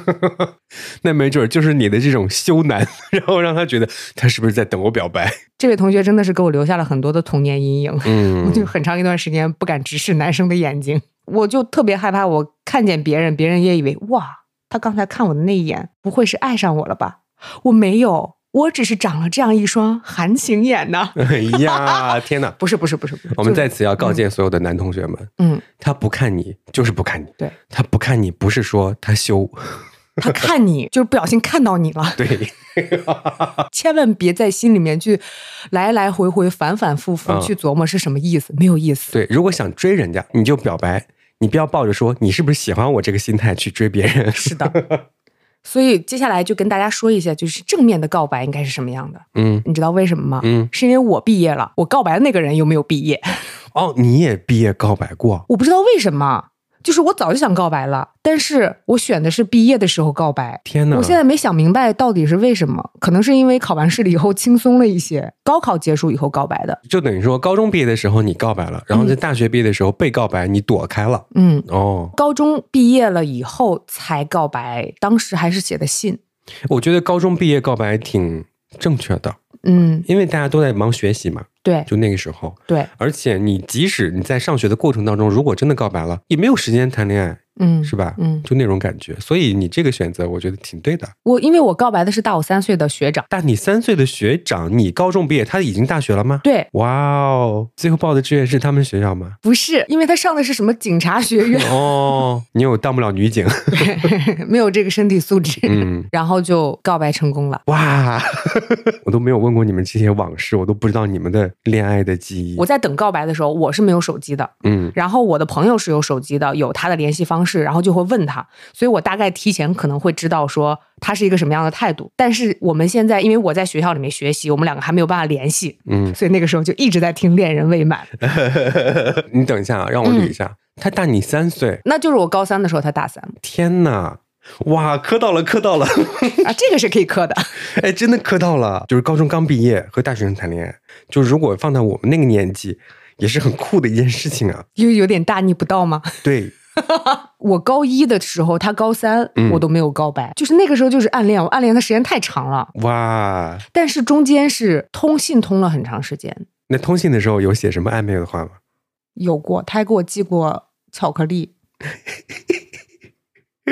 [SPEAKER 2] <laughs>
[SPEAKER 1] 那没准儿就是你的这种羞难，然后让他觉得他是不是在等我表白？
[SPEAKER 2] 这位同学真的是给我留下了很多的童年阴影。我
[SPEAKER 1] 嗯
[SPEAKER 2] 就很长一段时间不敢直视男生的眼睛，我就特别害怕，我看见别人，别人也以为哇，他刚才看我的那一眼，不会是爱上我了吧？我没有，我只是长了这样一双含情
[SPEAKER 1] <laughs>
[SPEAKER 2] 眼呐。
[SPEAKER 1] 哎呀，天
[SPEAKER 2] <laughs>
[SPEAKER 1] 哪！
[SPEAKER 2] 不是不是不是不是，
[SPEAKER 1] 我们
[SPEAKER 2] 就是
[SPEAKER 1] 在此要告诫所有的男同学们，
[SPEAKER 2] 嗯，
[SPEAKER 1] 他不看你就是不看你，
[SPEAKER 2] 对
[SPEAKER 1] 他不看你不是说他羞，
[SPEAKER 2] <laughs> 他看你就是不小心看到你了，
[SPEAKER 1] 对，
[SPEAKER 2] 千万别在心里面去来来回回、反反复复
[SPEAKER 1] 嗯
[SPEAKER 2] 去琢磨是什么意思，没有意思。
[SPEAKER 1] 对，如果想追人家，你就表白，你不要抱着说你是不是喜欢我这个心态去追别人。 <laughs>
[SPEAKER 2] 是的。所以接下来就跟大家说一下，就是正面的告白应该是什么样的？
[SPEAKER 1] 嗯
[SPEAKER 2] 你知道为什么吗？
[SPEAKER 1] 嗯，
[SPEAKER 2] 是因为我毕业了，我告白的那个人有没有毕业？
[SPEAKER 1] 哦，你也毕业告白过，
[SPEAKER 2] 我不知道为什么，就是我早就想告白了，但是我选的是毕业的时候告白。
[SPEAKER 1] 天哪！
[SPEAKER 2] 我现在没想明白到底是为什么，可能是因为考完试了以后轻松了一些，高考结束以后告白的。
[SPEAKER 1] 就等于说，高中毕业的时候你告白了，然后在大学毕业的时候被告白，你躲开了。
[SPEAKER 2] 嗯，
[SPEAKER 1] 哦，
[SPEAKER 2] 高中毕业了以后才告白，当时还是写的信。
[SPEAKER 1] 我觉得高中毕业告白挺正确的，
[SPEAKER 2] 嗯，
[SPEAKER 1] 因为大家都在忙学习嘛，
[SPEAKER 2] 对
[SPEAKER 1] 就那个时候。
[SPEAKER 2] 对，
[SPEAKER 1] 而且你即使你在上学的过程当中，如果真的告白了，也没有时间谈恋爱，
[SPEAKER 2] 嗯，
[SPEAKER 1] 是吧？
[SPEAKER 2] 嗯，
[SPEAKER 1] 就那种感觉，所以你这个选择，我觉得挺对的。
[SPEAKER 2] 我因为我告白的是大我三岁的学长，
[SPEAKER 1] 大你三岁的学长，你高中毕业，他已经大学了吗？
[SPEAKER 2] 对，
[SPEAKER 1] 哇哦！最后报的志愿是他们学校吗？
[SPEAKER 2] <laughs> 不是，因为他上的是什么警察学
[SPEAKER 1] <laughs>
[SPEAKER 2] 院，
[SPEAKER 1] 哦，你有当不了女警，
[SPEAKER 2] 没有这个身体素质，
[SPEAKER 1] 嗯，
[SPEAKER 2] 然后就告白成功了。
[SPEAKER 1] 哇， <laughs> 我都没有问过你们这些往事，我都不知道你们的恋爱的记忆。
[SPEAKER 2] 我在等告白的时候，我是没有手机的，
[SPEAKER 1] 嗯，
[SPEAKER 2] 然后我的朋友是有手机的，有他的联系方式，然后就会问他，所以我大概提前可能会知道说他是一个什么样的态度。但是我们现在因为我在学校里面学习，我们两个还没有办法联系，
[SPEAKER 1] 嗯，
[SPEAKER 2] 所以那个时候就一直在听《恋人未满》，
[SPEAKER 1] 你等一下，啊让我捋一下。他大你三岁，
[SPEAKER 2] 那就是我高三的时候，他大
[SPEAKER 1] <laughs>
[SPEAKER 2] 三
[SPEAKER 1] 天哪！哇，磕到了，磕到了！ <laughs>
[SPEAKER 2] 啊，这个是可以磕的。
[SPEAKER 1] 哎，真的磕到了。就是高中刚毕业和大学生谈恋爱，就如果放在我们那个年纪，也是很酷的一件事情啊。
[SPEAKER 2] 因为有点大逆不道吗？
[SPEAKER 1] 对，
[SPEAKER 2] 我高一的时候，他高三
[SPEAKER 1] 嗯，
[SPEAKER 2] 我都没有告白，就是那个时候就是暗恋，我暗恋他时间太长了，
[SPEAKER 1] 哇，
[SPEAKER 2] 但是中间是通信通了很长时间，
[SPEAKER 1] 那通信的时候有写什么暧昧的话吗？
[SPEAKER 2] 有过，他还给我寄过巧克力， <laughs>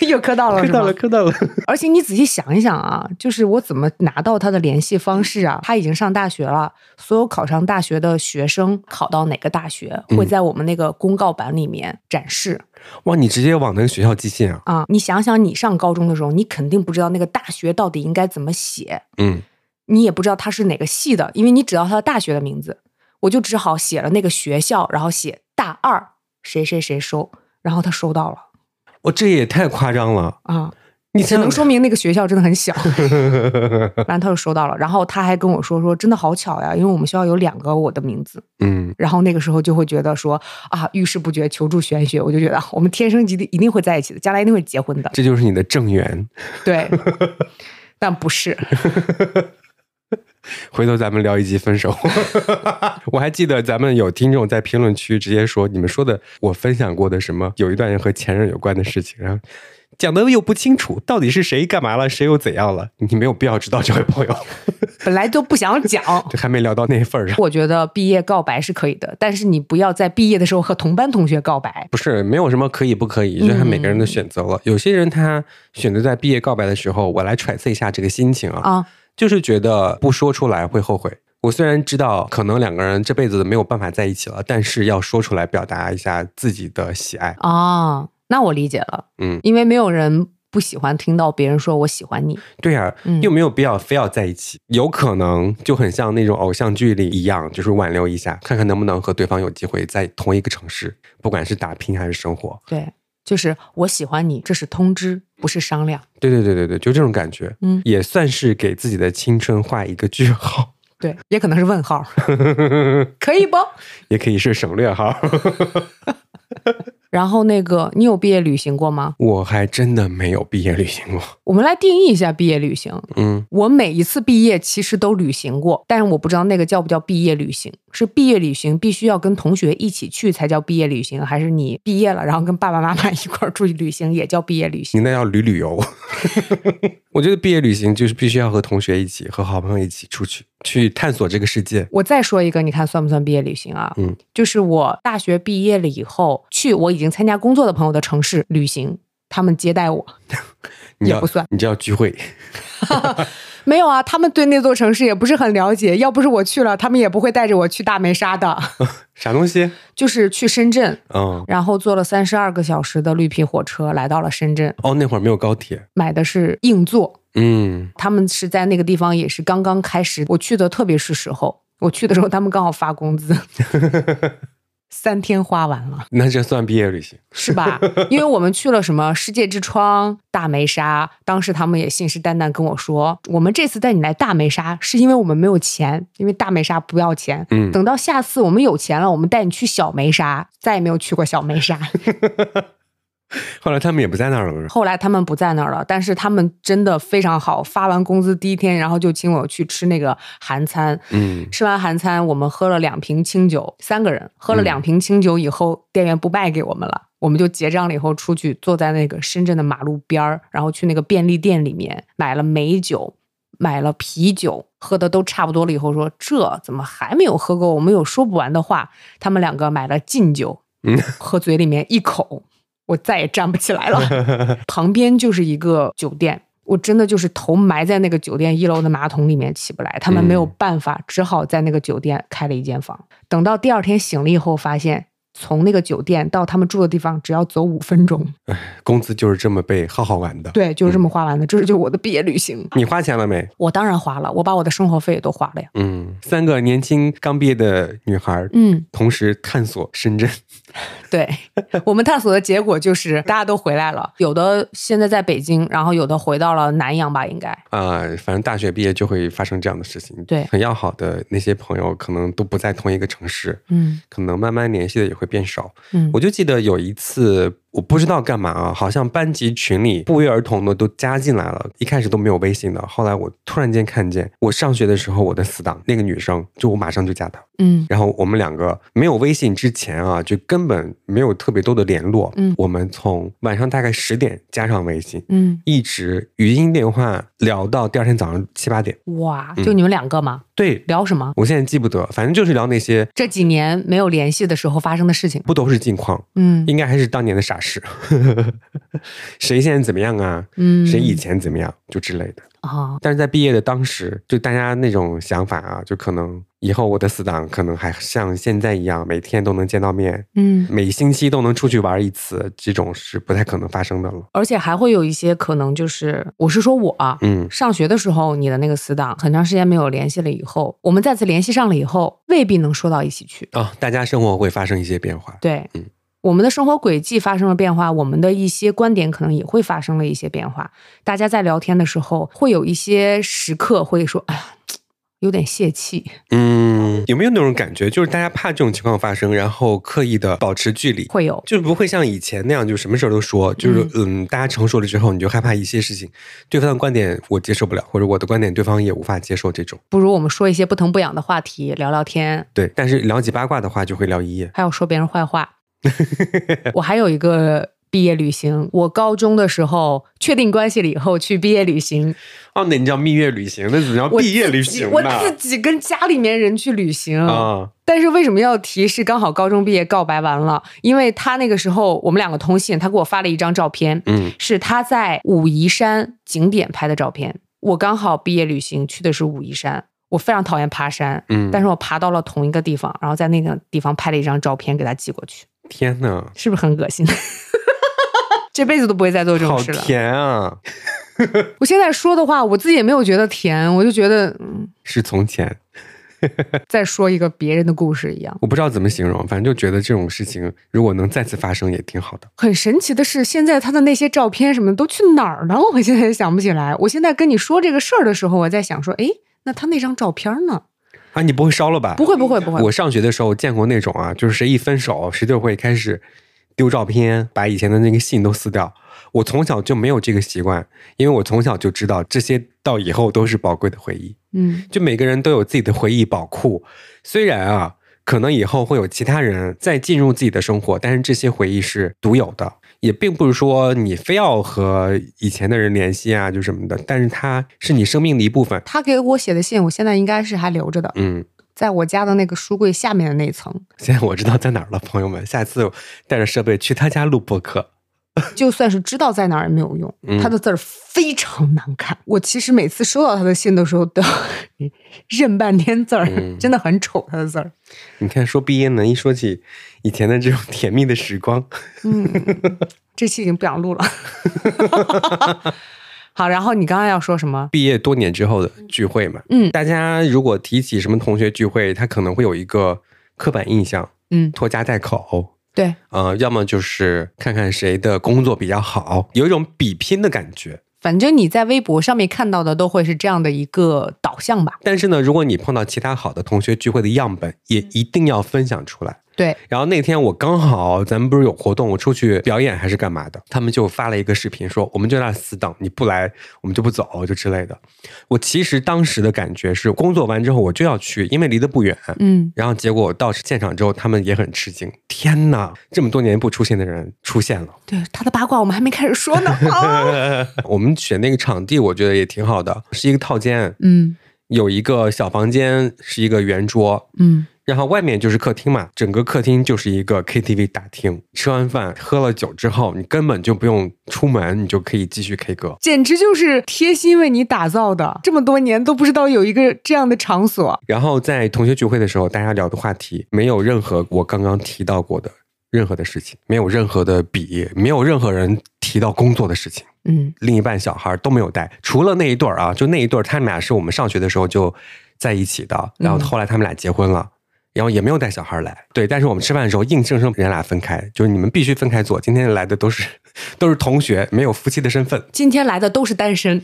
[SPEAKER 2] 又磕到了，
[SPEAKER 1] 磕
[SPEAKER 2] 是
[SPEAKER 1] 到
[SPEAKER 2] 吗
[SPEAKER 1] 了，？磕到了。
[SPEAKER 2] 而且你仔细想一想啊，就是我怎么拿到他的联系方式啊？他已经上大学了，所有考上大学的学生考到哪个大学，
[SPEAKER 1] 嗯
[SPEAKER 2] 会在我们那个公告板里面展示。
[SPEAKER 1] <laughs> 哇，你直接往那个学校寄信啊？
[SPEAKER 2] 啊，你想想，你上高中的时候，你肯定不知道那个大学到底应该怎么写，
[SPEAKER 1] 嗯，
[SPEAKER 2] 你也不知道它是哪个系的，因为你只知道它的大学的名字。我就只好写了那个学校，然后写大二谁谁谁收，然后他收到了
[SPEAKER 1] 我、这也太夸张了。
[SPEAKER 2] 啊，
[SPEAKER 1] 你
[SPEAKER 2] 只
[SPEAKER 1] <laughs> 想
[SPEAKER 2] 能说明那个学校真的很小。
[SPEAKER 1] 说，
[SPEAKER 2] 然后他就收到了，然后他还跟我说说真的好巧呀，因为我们学校有两个我的名字。
[SPEAKER 1] 嗯，
[SPEAKER 2] 然后那个时候就会觉得说啊，遇事不决，求助玄学，我就觉得啊我们天生一定一定会在一起的，将来一定会结婚的。
[SPEAKER 1] 这就是你的正缘。
[SPEAKER 2] 对，但不是。
[SPEAKER 1] 回头咱们聊一集分手。 <laughs> 我还记得咱们有听众在评论区直接说，你们说的我分享过的什么，有一段和前任有关的事情，然后讲的又不清楚，到底是谁干嘛了，谁又怎样了？你没有必要知道，这位朋友，
[SPEAKER 2] 本来都不想讲。
[SPEAKER 1] 这还没聊到那份
[SPEAKER 2] <laughs>
[SPEAKER 1] 儿上。
[SPEAKER 2] 我觉得毕业告白是可以的，但是你不要在毕业的时候和同班同学告白。
[SPEAKER 1] 不是，没有什么可以不可以，就看每个人的选择了。有些人他选择在毕业告白的时候，我来揣测一下这个心情啊，
[SPEAKER 2] 啊，
[SPEAKER 1] 就是觉得不说出来会后悔。我虽然知道可能两个人这辈子没有办法在一起了，但是要说出来表达一下自己的喜爱。
[SPEAKER 2] 哦，那我理解了，
[SPEAKER 1] 嗯，
[SPEAKER 2] 因为没有人不喜欢听到别人说我喜欢你。
[SPEAKER 1] 对呀、
[SPEAKER 2] 嗯
[SPEAKER 1] 又没有必要非要在一起，有可能就很像那种偶像剧里一样，就是挽留一下，看看能不能和对方有机会在同一个城市，不管是打拼还是生活。
[SPEAKER 2] 对，就是我喜欢你，这是通知，不是商量。
[SPEAKER 1] 对对对对对，就这种感觉，
[SPEAKER 2] 嗯
[SPEAKER 1] 也算是给自己的青春画一个句号， <laughs>
[SPEAKER 2] 对，也可能是问号，可以不？
[SPEAKER 1] 也可以是省略号。
[SPEAKER 2] 然后那个，你有毕业旅行过吗？
[SPEAKER 1] <laughs> 我还真的没有毕业旅行过，
[SPEAKER 2] 我们来定义一下毕业旅行。
[SPEAKER 1] 嗯，
[SPEAKER 2] 我每一次毕业其实都旅行过，但是我不知道那个叫不叫毕业旅行。是毕业旅行必须要跟同学一起去才叫毕业旅行，还是你毕业了然后跟爸爸妈 <laughs> 妈一块儿出去旅行也叫毕业旅
[SPEAKER 1] 你
[SPEAKER 2] 行？
[SPEAKER 1] 那要旅旅
[SPEAKER 2] <laughs>
[SPEAKER 1] 游。我觉得毕业旅行就是必须要和同学一起，和好朋友一起出去，去探索这个世界。
[SPEAKER 2] 我再说一个，你看算不算毕业旅行啊？
[SPEAKER 1] 嗯，
[SPEAKER 2] 就是我大学毕业了以后，去我已经参加工作的朋友的城市旅行。他们接待我，
[SPEAKER 1] 你要
[SPEAKER 2] 也不算，
[SPEAKER 1] 你这要聚会，
[SPEAKER 2] 没有啊，他们对那座城市也不是很了解，要不是我去了，他们也不会带着我去大梅沙的， <laughs>
[SPEAKER 1] 啥东西？
[SPEAKER 2] 就是去深圳。
[SPEAKER 1] 嗯，
[SPEAKER 2] 然后坐了三十二个小时的绿皮火车来到了深圳，
[SPEAKER 1] 哦，那会儿没有高铁，
[SPEAKER 2] 买的是硬座，
[SPEAKER 1] 嗯，
[SPEAKER 2] 他们是在那个地方也是刚刚开始，我去的特别是时候，我去的时候他们刚好发工资，三天花完了，
[SPEAKER 1] 那这算毕业旅行，
[SPEAKER 2] 是吧？因为我们去了什么世界之窗、大梅沙，当时他们也信誓旦旦跟我说，我们这次带你来大梅沙是因为我们没有钱，因为大梅沙不要钱。
[SPEAKER 1] 嗯，
[SPEAKER 2] 等到下次我们有钱了，我们带你去小梅沙，再也没有去过小梅沙。
[SPEAKER 1] 后来他们也不在那儿了，是吧
[SPEAKER 2] 后来他们不在那儿了，但是他们真的非常好。发完工资第一天，然后就请我去吃那个韩餐。
[SPEAKER 1] 嗯，
[SPEAKER 2] 吃完韩餐，我们喝了两瓶清酒，三个人喝了两瓶清酒以后，店员不卖给我们了，我们就结账了以后出去，坐在那个深圳的马路边儿，然后去那个便利店里面买了美酒，买了啤酒，喝的都差不多了以后说，这怎么还没有喝够？我们有说不完的话。他们两个买了劲酒
[SPEAKER 1] 嗯，
[SPEAKER 2] 喝嘴里面一口，我再也站不起来了。旁边就是一个酒店，我真的就是头埋在那个酒店一楼的马桶里面起不来，他们没有办法，只好在那个酒店开了一间房。等到第二天醒了以后，发现从那个酒店到他们住的地方只要走五分钟。
[SPEAKER 1] 工资就是这么被耗耗完的。
[SPEAKER 2] 对，就是这么花完的，这是就我的毕业旅行。
[SPEAKER 1] 你花钱了没？
[SPEAKER 2] 我当然花了，我把我的生活费也都花了呀。
[SPEAKER 1] 嗯，三个年轻刚毕业的女孩儿，
[SPEAKER 2] 嗯，
[SPEAKER 1] 同时探索深圳。
[SPEAKER 2] 对，我们探索的结果就是大家都回来了，有的现在在北京，然后有的回到了南阳吧，应该。
[SPEAKER 1] 啊、反正大学毕业就会发生这样的事情。
[SPEAKER 2] 对
[SPEAKER 1] 很要好的那些朋友可能都不在同一个城市，
[SPEAKER 2] 嗯
[SPEAKER 1] 可能慢慢联系的也会变少。
[SPEAKER 2] 嗯
[SPEAKER 1] 我就记得有一次，我不知道干嘛啊，好像班级群里不约而同的都加进来了，一开始都没有微信的，后来我突然间看见，我上学的时候我的死党那个女生，就我马上就加她，
[SPEAKER 2] 嗯
[SPEAKER 1] 然后我们两个没有微信之前啊，就根本没有特别多的联络，
[SPEAKER 2] 嗯
[SPEAKER 1] 我们从晚上大概十点加上微信。
[SPEAKER 2] 嗯，
[SPEAKER 1] 一直语音电话聊到第二天早上七八点。
[SPEAKER 2] 哇，就你们两个吗？
[SPEAKER 1] 对，
[SPEAKER 2] 聊什么？
[SPEAKER 1] 我现在记不得，反正就是聊那些
[SPEAKER 2] 这几年没有联系的时候发生的事情。
[SPEAKER 1] 不都是近况，
[SPEAKER 2] 嗯
[SPEAKER 1] 应该还是当年的傻事。 <laughs> 谁现在怎么样啊？
[SPEAKER 2] 嗯，
[SPEAKER 1] 谁以前怎么样？就之类的。
[SPEAKER 2] 啊？
[SPEAKER 1] 但是在毕业的当时，就大家那种想法啊，就可能以后我的死党可能还像现在一样，每天都能见到面，
[SPEAKER 2] 嗯，
[SPEAKER 1] 每星期都能出去玩一次，这种是不太可能发生的了。
[SPEAKER 2] 而且还会有一些可能就是，我是说我啊，
[SPEAKER 1] 嗯，
[SPEAKER 2] 上学的时候你的那个死党很长时间没有联系了，以后我们再次联系上了以后，未必能说到一起去。
[SPEAKER 1] 啊、大家生活会发生一些变化。
[SPEAKER 2] 对，
[SPEAKER 1] 嗯
[SPEAKER 2] 我们的生活轨迹发生了变化，我们的一些观点可能也会发生了一些变化。大家在聊天的时候，会有一些时刻会说，哎呀，有点泄气，
[SPEAKER 1] 嗯，有没有那种感觉，就是大家怕这种情况发生，然后刻意的保持距离，
[SPEAKER 2] 会有。
[SPEAKER 1] 就是不会像以前那样，就什么事儿都说，就是嗯大家成熟了之后，你就害怕一些事情，对方的观点我接受不了，或者我的观点对方也无法接受这种。
[SPEAKER 2] 不如我们说一些不疼不痒的话题，聊聊天，
[SPEAKER 1] 对，但是聊起八卦的话，就会聊一夜。
[SPEAKER 2] 还有说别人
[SPEAKER 1] <laughs>
[SPEAKER 2] 坏话。我还有一个毕业旅行，我高中的时候确定关系了以后去毕业旅行，
[SPEAKER 1] 哦，那你叫蜜月旅行，那怎么叫啊
[SPEAKER 2] 我
[SPEAKER 1] 毕业旅
[SPEAKER 2] 自己
[SPEAKER 1] 行
[SPEAKER 2] 我
[SPEAKER 1] 呢？
[SPEAKER 2] 自己跟家里面人去旅行。
[SPEAKER 1] 啊，
[SPEAKER 2] 但是为什么要提是刚好高中毕业告白完了？因为他那个时候我们两个通信，他给我发了一张照片，
[SPEAKER 1] 嗯
[SPEAKER 2] 是他在武夷山景点拍的照片。我刚好毕业旅行去的是武夷山，我非常讨厌爬山，
[SPEAKER 1] 嗯，
[SPEAKER 2] 但是我爬到了同一个地方，然后在那个地方拍了一张照片给他寄过去。
[SPEAKER 1] 天呐，
[SPEAKER 2] 是不是很恶心？ <laughs> 这辈子都不会再做这种
[SPEAKER 1] 好
[SPEAKER 2] 事了。
[SPEAKER 1] 甜啊！
[SPEAKER 2] 我现在说的话，我自己也没有觉得甜，我就觉得，嗯，
[SPEAKER 1] 是从前，
[SPEAKER 2] 在说一个别人的故事一样。
[SPEAKER 1] 我不知道怎么形容，反正就觉得这种事情如果能再次发生也挺好的。
[SPEAKER 2] 很神奇的是，现在他的那些照片什么的都去哪儿了？我现在也想不起来。我现在跟你说这个事儿的时候，我在想说，哎，那他那张照片呢？
[SPEAKER 1] 啊，你不会烧了吧？
[SPEAKER 2] 不会，不会，不会。
[SPEAKER 1] 我上学的时候见过那种啊，就是谁一分手，谁就会开始丢照片，把以前的那个信都撕掉。我从小就没有这个习惯，因为我从小就知道这些到以后都是宝贵的回忆。
[SPEAKER 2] 嗯
[SPEAKER 1] 就每个人都有自己的回忆宝库，虽然啊，可能以后会有其他人再进入自己的生活，但是这些回忆是独有的。也并不是说你非要和以前的人联系啊，就什么的，但是它是你生命的一部分。
[SPEAKER 2] 他给我写的信，我现在应该是还留着的，
[SPEAKER 1] 嗯，
[SPEAKER 2] 在我家的那个书柜下面的那层。
[SPEAKER 1] 现在我知道在哪儿了，朋友们，下次带着设备去他家录播客。
[SPEAKER 2] 就算是知道在哪儿也没有用。他的字儿非常难看，我其实每次收到他的信的时候都 <laughs> 认半天字儿，真的很丑他的字儿。
[SPEAKER 1] 你看，说毕业呢，一说起以前的这种甜蜜的时光，
[SPEAKER 2] 嗯 <laughs> 这期已经不想录了。 <laughs> 好，然后你刚刚要说什么？
[SPEAKER 1] 毕业多年之后的聚会嘛，
[SPEAKER 2] 嗯
[SPEAKER 1] 大家如果提起什么同学聚会，他可能会有一个刻板印象，
[SPEAKER 2] 嗯，
[SPEAKER 1] 拖家带口，
[SPEAKER 2] 对，
[SPEAKER 1] 呃，要么就是看看谁的工作比较好，有一种比拼的感觉。
[SPEAKER 2] 反正你在微博上面看到的都会是这样的一个导向吧？
[SPEAKER 1] 但是呢，如果你碰到其他好的同学聚会的样本，也一定要分享出来。
[SPEAKER 2] 对，
[SPEAKER 1] 然后那天我刚好，咱们不是有活动，我出去表演还是干嘛的，他们就发了一个视频说，我们就在那儿死等，你不来我们就不走，就之类的。我其实当时的感觉是，工作完之后我就要去，因为离得不远。
[SPEAKER 2] 嗯，
[SPEAKER 1] 然后结果我到现场之后，他们也很吃惊，天哪，这么多年不出现的人出现了。
[SPEAKER 2] 对，他的八卦我们还没开始说呢。啊
[SPEAKER 1] 我们选那个场地，我觉得也挺好的，是一个套间，
[SPEAKER 2] <laughs> 嗯
[SPEAKER 1] 有一个小房间，是一个圆桌，
[SPEAKER 2] 嗯，
[SPEAKER 1] 然后外面就是客厅嘛，整个客厅就是一个 KTV 大厅。吃完饭喝了酒之后，你根本就不用出门，你就可以继续 K 歌。
[SPEAKER 2] 简直就是贴心为你打造的，这么多年都不知道有一个这样的场所。
[SPEAKER 1] 然后在同学聚会的时候，大家聊的话题没有任何我刚刚提到过的任何的事情，没有任何的比，没有任何人提到工作的事情。
[SPEAKER 2] 嗯
[SPEAKER 1] 另一半小孩都没有带，除了那一对儿啊，就那一对儿，他们俩是我们上学的时候就在一起的，然后
[SPEAKER 2] 嗯
[SPEAKER 1] 后来他们俩结婚了。然后也没有带小孩来，对，但是我们吃饭的时候硬生生人俩分开，就是你们必须分开坐。今天来的都是 <laughs> 都是同学，没有夫妻的身份。
[SPEAKER 2] 今天来的都是单身，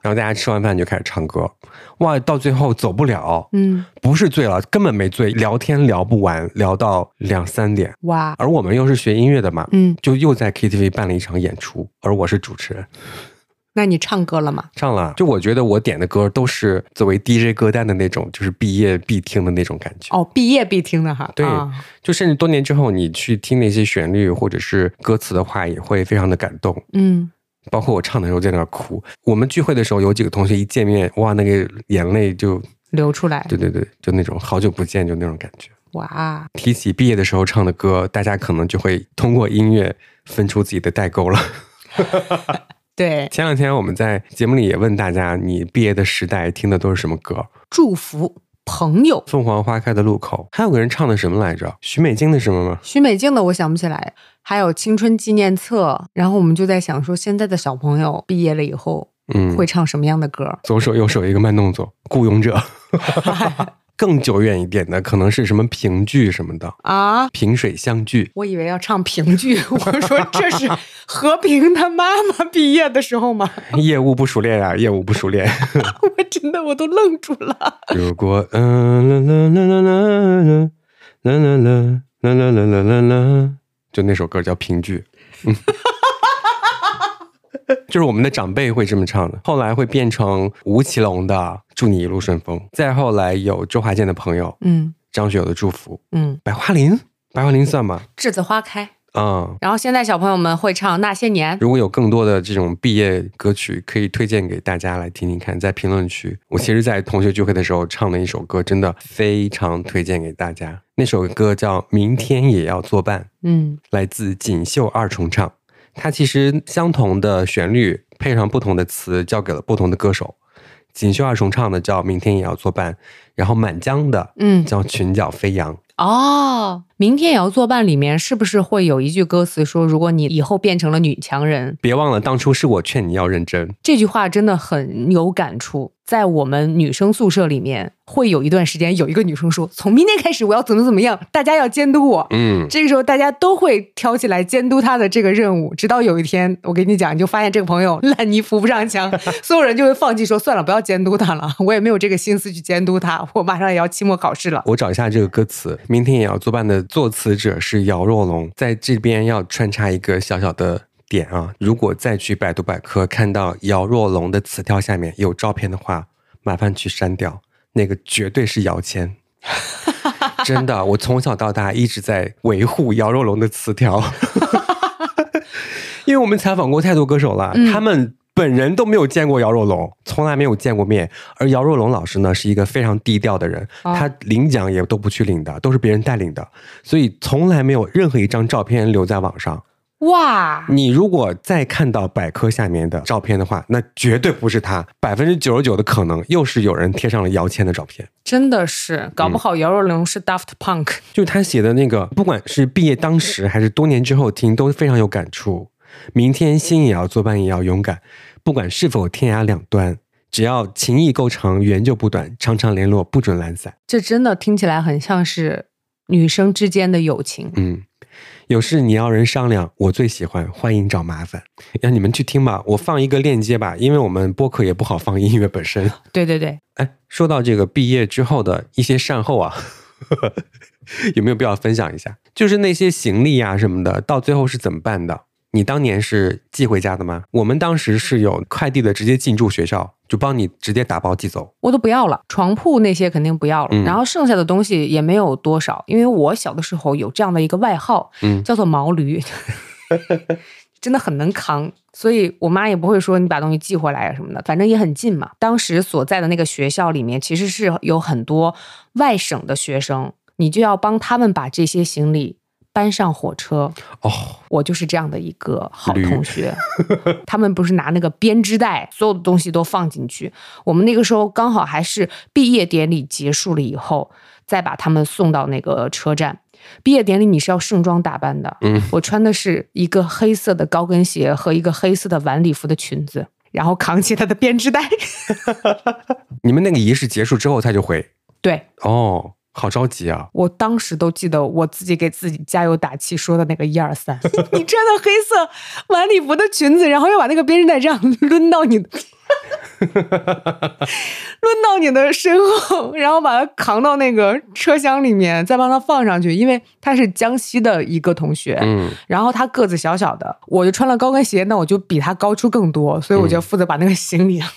[SPEAKER 1] 然后大家吃完饭就开始唱歌，哇，到最后走不了，
[SPEAKER 2] 嗯，
[SPEAKER 1] 不是醉了，根本没醉，聊天聊不完，聊到两三点。
[SPEAKER 2] 哇，
[SPEAKER 1] 而我们又是学音乐的嘛，
[SPEAKER 2] 嗯，
[SPEAKER 1] 就又在 KTV 办了一场演出，而我是主持人。
[SPEAKER 2] 那你唱歌了吗？
[SPEAKER 1] 唱了，就我觉得我点的歌都是作为 DJ 歌单的那种，就是毕业必听的那种感觉。
[SPEAKER 2] 哦，毕业必听的哈。
[SPEAKER 1] 对
[SPEAKER 2] 啊
[SPEAKER 1] 就甚至多年之后，你去听那些旋律或者是歌词的话，也会非常的感动。
[SPEAKER 2] 嗯，
[SPEAKER 1] 包括我唱的时候在那儿哭。我们聚会的时候，有几个同学一见面，哇，那个眼泪就，
[SPEAKER 2] 流出来，
[SPEAKER 1] 对对对，就那种好久不见就那种感觉。
[SPEAKER 2] 哇，
[SPEAKER 1] 提起毕业的时候唱的歌，大家可能就会通过音乐分出自己的代沟了。 <laughs>
[SPEAKER 2] 对，
[SPEAKER 1] 前两天我们在节目里也问大家，你毕业的时代听的都是什么歌？
[SPEAKER 2] 祝福朋友。
[SPEAKER 1] 凤凰花开的路口，还有个人唱的什么来着？许美静的什么吗？
[SPEAKER 2] 许美静的我想不起来，还有青春纪念册，然后我们就在想说，现在的小朋友毕业了以后
[SPEAKER 1] 嗯，
[SPEAKER 2] 会唱什么样的歌？
[SPEAKER 1] 左手右手一个慢动作，雇佣者。 <laughs> 更久远一点的，可能是什么评剧什么的，
[SPEAKER 2] 啊，
[SPEAKER 1] 萍水相聚。
[SPEAKER 2] 我以为要唱
[SPEAKER 1] <laughs>
[SPEAKER 2] 评剧，我说这是和平他妈妈毕业的时候吗？ <laughs>
[SPEAKER 1] 业务不熟练啊，业务不熟练。
[SPEAKER 2] 我真的我都愣住了。
[SPEAKER 1] 如果嗯啦啦啦啦啦啦啦啦啦啦啦啦啦啦，就那首歌叫《评剧》，嗯，就是我们的长辈会这么唱的，后来会变成吴奇隆的《祝你一路顺风》，再后来有周华健的朋友
[SPEAKER 2] 嗯
[SPEAKER 1] 张学友的《祝福》，
[SPEAKER 2] 嗯，
[SPEAKER 1] 百花林，百花林算吗？
[SPEAKER 2] 栀子花开。
[SPEAKER 1] 啊、
[SPEAKER 2] 然后现在小朋友们会唱《那些年》，
[SPEAKER 1] 如果有更多的这种毕业歌曲，可以推荐给大家来听听看，在评论区。我其实，在同学聚会的时候唱了一首歌，真的非常推荐给大家。那首歌叫《明天也要作伴》，
[SPEAKER 2] 嗯
[SPEAKER 1] 来自锦绣二重唱。它其实相同的旋律配上不同的词，交给了不同的歌手。锦绣二重唱的叫《明天也要作伴》，然后满江的
[SPEAKER 2] 嗯，
[SPEAKER 1] 叫《裙角飞扬》。
[SPEAKER 2] 哦，明天也要作伴里面是不是会有一句歌词说，如果你以后变成了女强人，
[SPEAKER 1] 别忘了，当初是我劝你要认真。
[SPEAKER 2] 这句话真的很有感触。在我们女生宿舍里面，会有一段时间有一个女生说，从明天开始我要怎么怎么样，大家要监督我。
[SPEAKER 1] 嗯，
[SPEAKER 2] 这个时候，大家都会挑起来监督他的这个任务，直到有一天，我跟你讲，你就发现这个朋友烂泥扶不上 <laughs> 墙，所有人就会放弃说，算了，不要监督他了，我也没有这个心思去监督他，我马上也要期末考试了。
[SPEAKER 1] 我找一下这个歌词，明天也要作伴的作词者是姚若龙，在这边要穿插一个小小的点啊，如果再去百度百科看到姚若龙的词条下面有照片的话，麻烦去删掉，那个绝对是姚谦。真的，我从小到大一直在维护姚若龙的词条，因为我们采访过太多歌手了，他们本人都没有见过姚若龙，从来没有见过面。而姚若龙老师呢，是一个非常低调的人，
[SPEAKER 2] 哦
[SPEAKER 1] 他领奖也都不去领的，都是别人带领的，所以从来没有任何一张照片留在网上。
[SPEAKER 2] 哇，
[SPEAKER 1] 你如果再看到百科下面的照片的话，那绝对不是他，百分之九十九的可能又是有人贴上了姚谦的照片。
[SPEAKER 2] 真的是，搞不好姚若龙是 Daft Punk。
[SPEAKER 1] 就是他写的那个，不管是毕业当时还是多年之后听，都非常有感触。明天心也要作伴，也要勇敢，不管是否天涯两端，只要情谊够长，缘就不短，常常联络，不准懒散。
[SPEAKER 2] 这真的听起来很像是女生之间的友情。
[SPEAKER 1] 嗯，有事你要人商量，我最喜欢，欢迎找麻烦。让你们去听吧，我放一个链接吧，因为我们播客也不好放音乐本
[SPEAKER 2] <laughs>
[SPEAKER 1] 身。
[SPEAKER 2] 对对对，
[SPEAKER 1] 哎，说到这个毕业之后的一些善后啊， <laughs> 有没有必要分享一下？就是那些行李啊什么的，到最后是怎么办的？你当年是寄回家的吗？我们当时是有快递的，直接进驻学校，就帮你直接打包寄走。
[SPEAKER 2] 我都不要了，床铺那些肯定不要了，
[SPEAKER 1] 嗯
[SPEAKER 2] 然后剩下的东西也没有多少，因为我小的时候有这样的一个外号，
[SPEAKER 1] 嗯
[SPEAKER 2] 叫做毛
[SPEAKER 1] <laughs>
[SPEAKER 2] 驴，真的很能扛，所以我妈也不会说你把东西寄回来啊什么的，反正也很近嘛。当时所在的那个学校里面，其实是有很多外省的学生，你就要帮他们把这些行李搬上火车。
[SPEAKER 1] 哦，
[SPEAKER 2] 我就是这样的一个好
[SPEAKER 1] 驴
[SPEAKER 2] 同学。 <laughs> 他们不是拿那个编织袋，所有的东西都放进去。我们那个时候刚好还是毕业典礼结束了以后，再把他们送到那个车站。毕业典礼你是要盛装打扮的，
[SPEAKER 1] 嗯，
[SPEAKER 2] 我穿的是一个黑色的高跟鞋和一个黑色的晚礼服的裙子，然后扛起他的编织袋。 <laughs>
[SPEAKER 1] 你们那个仪式结束之后他就回。
[SPEAKER 2] 对
[SPEAKER 1] 哦，好着急啊！
[SPEAKER 2] 我当时都记得我自己给自己加油打气说的那个一
[SPEAKER 1] <laughs>
[SPEAKER 2] 二三，你穿的黑色晚礼服的裙子，然后要把那个编织袋这样抡到你，
[SPEAKER 1] <laughs>
[SPEAKER 2] 抡到你的身后，然后把它扛到那个车厢里面，再帮它放上去，因为他是江西的一个同学，
[SPEAKER 1] 嗯，
[SPEAKER 2] 然后他个子小小的，我就穿了高跟鞋，那我就比他高出更多，所以我就负责把那个行李、
[SPEAKER 1] 嗯
[SPEAKER 2] 啊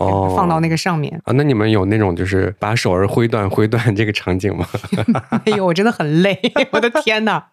[SPEAKER 1] 哦，
[SPEAKER 2] 放到那个上面。 <laughs>
[SPEAKER 1] 啊，那你们有那种就是把手儿挥断挥断这个场景吗？ <laughs>
[SPEAKER 2] 哎呦，我真的很累，我的天呐！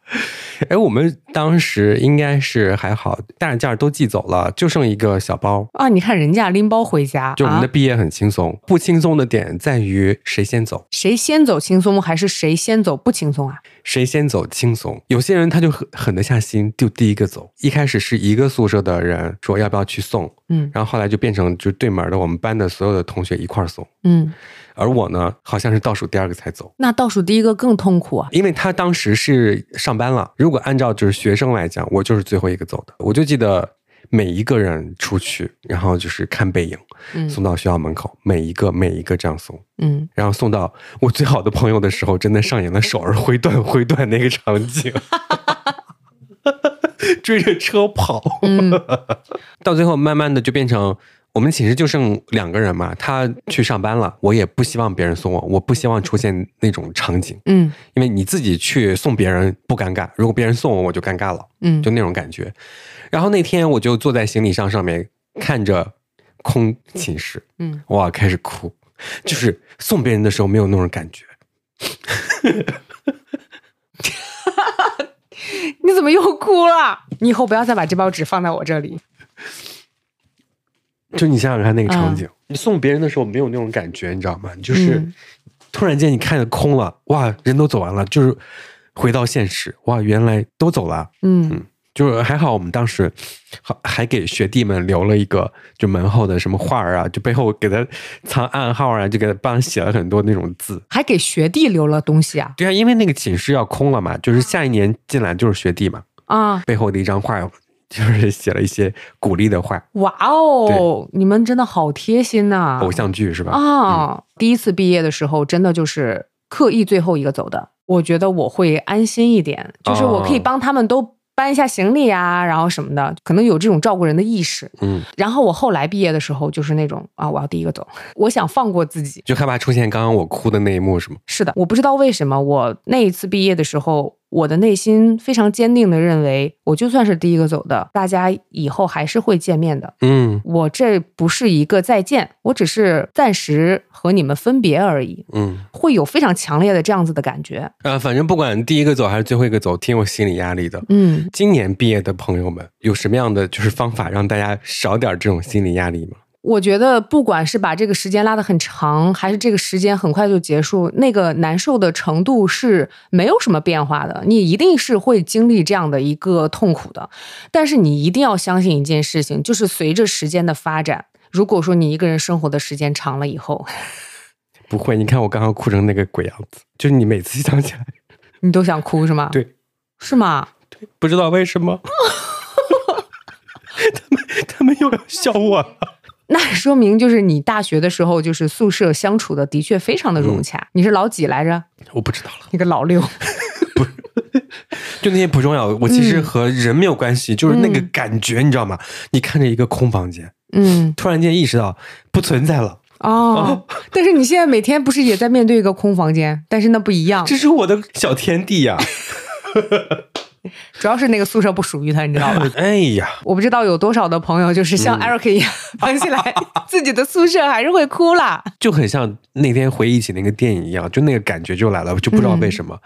[SPEAKER 1] 哎，我们当时应该是还好，大件儿都寄走了，就剩一个小包。
[SPEAKER 2] 啊，你看人家拎包回家，
[SPEAKER 1] 就我们的
[SPEAKER 2] 啊、
[SPEAKER 1] 毕业很轻松，不轻松的点在于谁先走，
[SPEAKER 2] 谁先走轻松，还是谁先走不轻松啊？
[SPEAKER 1] 谁先走轻松。有些人他就狠狠得下心，就第一个走。一开始是一个宿舍的人说要不要去送，
[SPEAKER 2] 嗯
[SPEAKER 1] 然后后来就变成就是对门儿的我们班的所有的同学一块儿送，
[SPEAKER 2] 嗯，
[SPEAKER 1] 而我呢好像是倒数第二个才走。
[SPEAKER 2] 那倒数第一个更痛苦啊！
[SPEAKER 1] 因为他当时是上班了，如果按照就是学生来讲，我就是最后一个走的。我就记得每一个人出去，然后就是看背影，
[SPEAKER 2] 嗯
[SPEAKER 1] 送到学校门口，每一个每一个这样送，
[SPEAKER 2] 嗯，
[SPEAKER 1] 然后送到我最好的朋友的时候，真的上演了手儿挥断挥断那个场景， <laughs> 追着车跑，
[SPEAKER 2] 嗯
[SPEAKER 1] <laughs> 到最后慢慢的就变成。我们寝室就剩两个人嘛，他去上班了，我也不希望别人送我，我不希望出现那种场景。
[SPEAKER 2] 嗯
[SPEAKER 1] 因为你自己去送别人不尴尬，如果别人送我，我就尴尬了，
[SPEAKER 2] 嗯
[SPEAKER 1] 就那种感觉。然后那天我就坐在行李箱上面，看着空寝室，
[SPEAKER 2] 嗯，
[SPEAKER 1] 哇，开始哭，就是送别人的时候没有那种感觉，
[SPEAKER 2] 你怎么又哭了？你以后不要再把这包纸放在我这里。
[SPEAKER 1] 就你想想看那个场景，你送别人的时候没有那种感觉，你知道吗？就是
[SPEAKER 2] 啊嗯
[SPEAKER 1] 突然间你看着空了，哇，人都走完了，就是回到现实，哇，原来都走了。
[SPEAKER 2] 嗯
[SPEAKER 1] 就是还好，我们当时还还给学弟们留了一个，就门后的什么画儿啊，就背后给他藏暗号啊，就给他帮他写了很多那种字。
[SPEAKER 2] 还给学弟留了东西啊
[SPEAKER 1] 对啊，因为那个寝室要空了嘛，就是下一年进来就是学弟嘛，
[SPEAKER 2] 啊！
[SPEAKER 1] 背后的一张画 <laughs> 就是写了一些鼓励的话，
[SPEAKER 2] 哇哦，你们真的好贴心呐、
[SPEAKER 1] 偶像剧是吧？
[SPEAKER 2] 啊、第一次毕业的时候，真的就是刻意最后一个走的。我觉得我会安心一点，就是我可以
[SPEAKER 1] 哦
[SPEAKER 2] 帮他们都搬一下行李啊，然后什么的，可能有这种照顾人的意识。
[SPEAKER 1] 嗯，
[SPEAKER 2] 然后我后来毕业的时候，就是那种啊，我要第一个走， <laughs> 我想放过自己。
[SPEAKER 1] 就害怕出现刚刚我哭的那一幕是吗？
[SPEAKER 2] 是的，我不知道为什么，我那一次毕业的时候，我的内心非常坚定的认为，我就算是第一个走的，大家以后还是会见面的。
[SPEAKER 1] 嗯
[SPEAKER 2] 我这不是一个再见，我只是暂时和你们分别而已。
[SPEAKER 1] 嗯，
[SPEAKER 2] 会有非常强烈的这样子的感觉。
[SPEAKER 1] 啊，反正不管第一个走还是最后一个走，挺有心理压力的。
[SPEAKER 2] 嗯，
[SPEAKER 1] 今年毕业的朋友们有什么样的就是方法让大家少点儿这种心理压力吗？
[SPEAKER 2] 我觉得不管是把这个时间拉得很长，还是这个时间很快就结束，那个难受的程度是没有什么变化的。你一定是会经历这样的一个痛苦的，但是你一定要相信一件事情，就是随着时间的发展，如果说你一个人生活的时间长了以后，
[SPEAKER 1] 不会，你看我刚刚哭成那个鬼样子，就是你每次想起来，
[SPEAKER 2] 你都想哭是吗？
[SPEAKER 1] 对，
[SPEAKER 2] 是吗？
[SPEAKER 1] 不知道为什 <laughs> 么，他们他们又要笑我了。
[SPEAKER 2] 那说明就是你大学的时候，就是宿舍相处的的确非常的融洽。你是老几来着？
[SPEAKER 1] 我不知道了，
[SPEAKER 2] 嗯你个老六。
[SPEAKER 1] 就那些不重要。我其实和人没有关系，就是那个感觉，你知道吗？你看着一个空房间，
[SPEAKER 2] 嗯，
[SPEAKER 1] 突然间意识到不存在了，
[SPEAKER 2] 哦，但是你现在每天不是也在面对一个空房间？但是那不一样，
[SPEAKER 1] 这是我的小天地呀、
[SPEAKER 2] 主要是那个宿舍不属于他，你知道吧？
[SPEAKER 1] <laughs> 哎呀，
[SPEAKER 2] <laughs> 我不知道有多少的朋友就是像 Eric 一样搬进来自己的宿舍还是会哭啦。
[SPEAKER 1] <laughs> 就很像那天回忆起那个电影一样，就那个感觉就来了，就不知道为什么。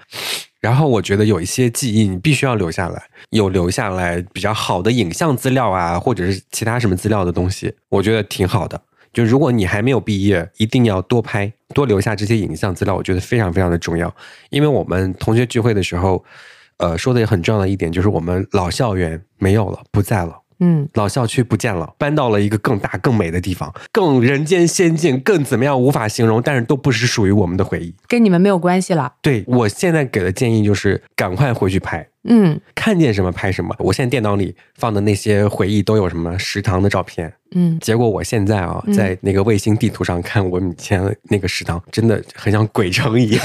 [SPEAKER 1] 然后我觉得有一些记忆你必须要留下来，有留下来比较好的影像资料啊，或者是其他什么资料的东西，我觉得挺好的。就如果你还没有毕业，一定要多拍，多留下这些影像资料，我觉得非常非常的重要。因为我们同学聚会的时候，呃，说的也很重要的一点就是我们老校园没有了，不在了。
[SPEAKER 2] 嗯，
[SPEAKER 1] 老校区不见了，搬到了一个更大、更美的地方，更人间仙境，更怎么样无法形容，但是都不是属于我们的回忆。
[SPEAKER 2] 跟你们没有关系啦。
[SPEAKER 1] 对我现在给的建议就是，赶快回去拍，
[SPEAKER 2] 嗯
[SPEAKER 1] 看见什么拍什么。我现在电脑里放的那些回忆都有什么食堂的照片，
[SPEAKER 2] 嗯，
[SPEAKER 1] 结果我现在啊，
[SPEAKER 2] 嗯
[SPEAKER 1] 在那个卫星地图上看我以前那个食堂，真的很像鬼城一样。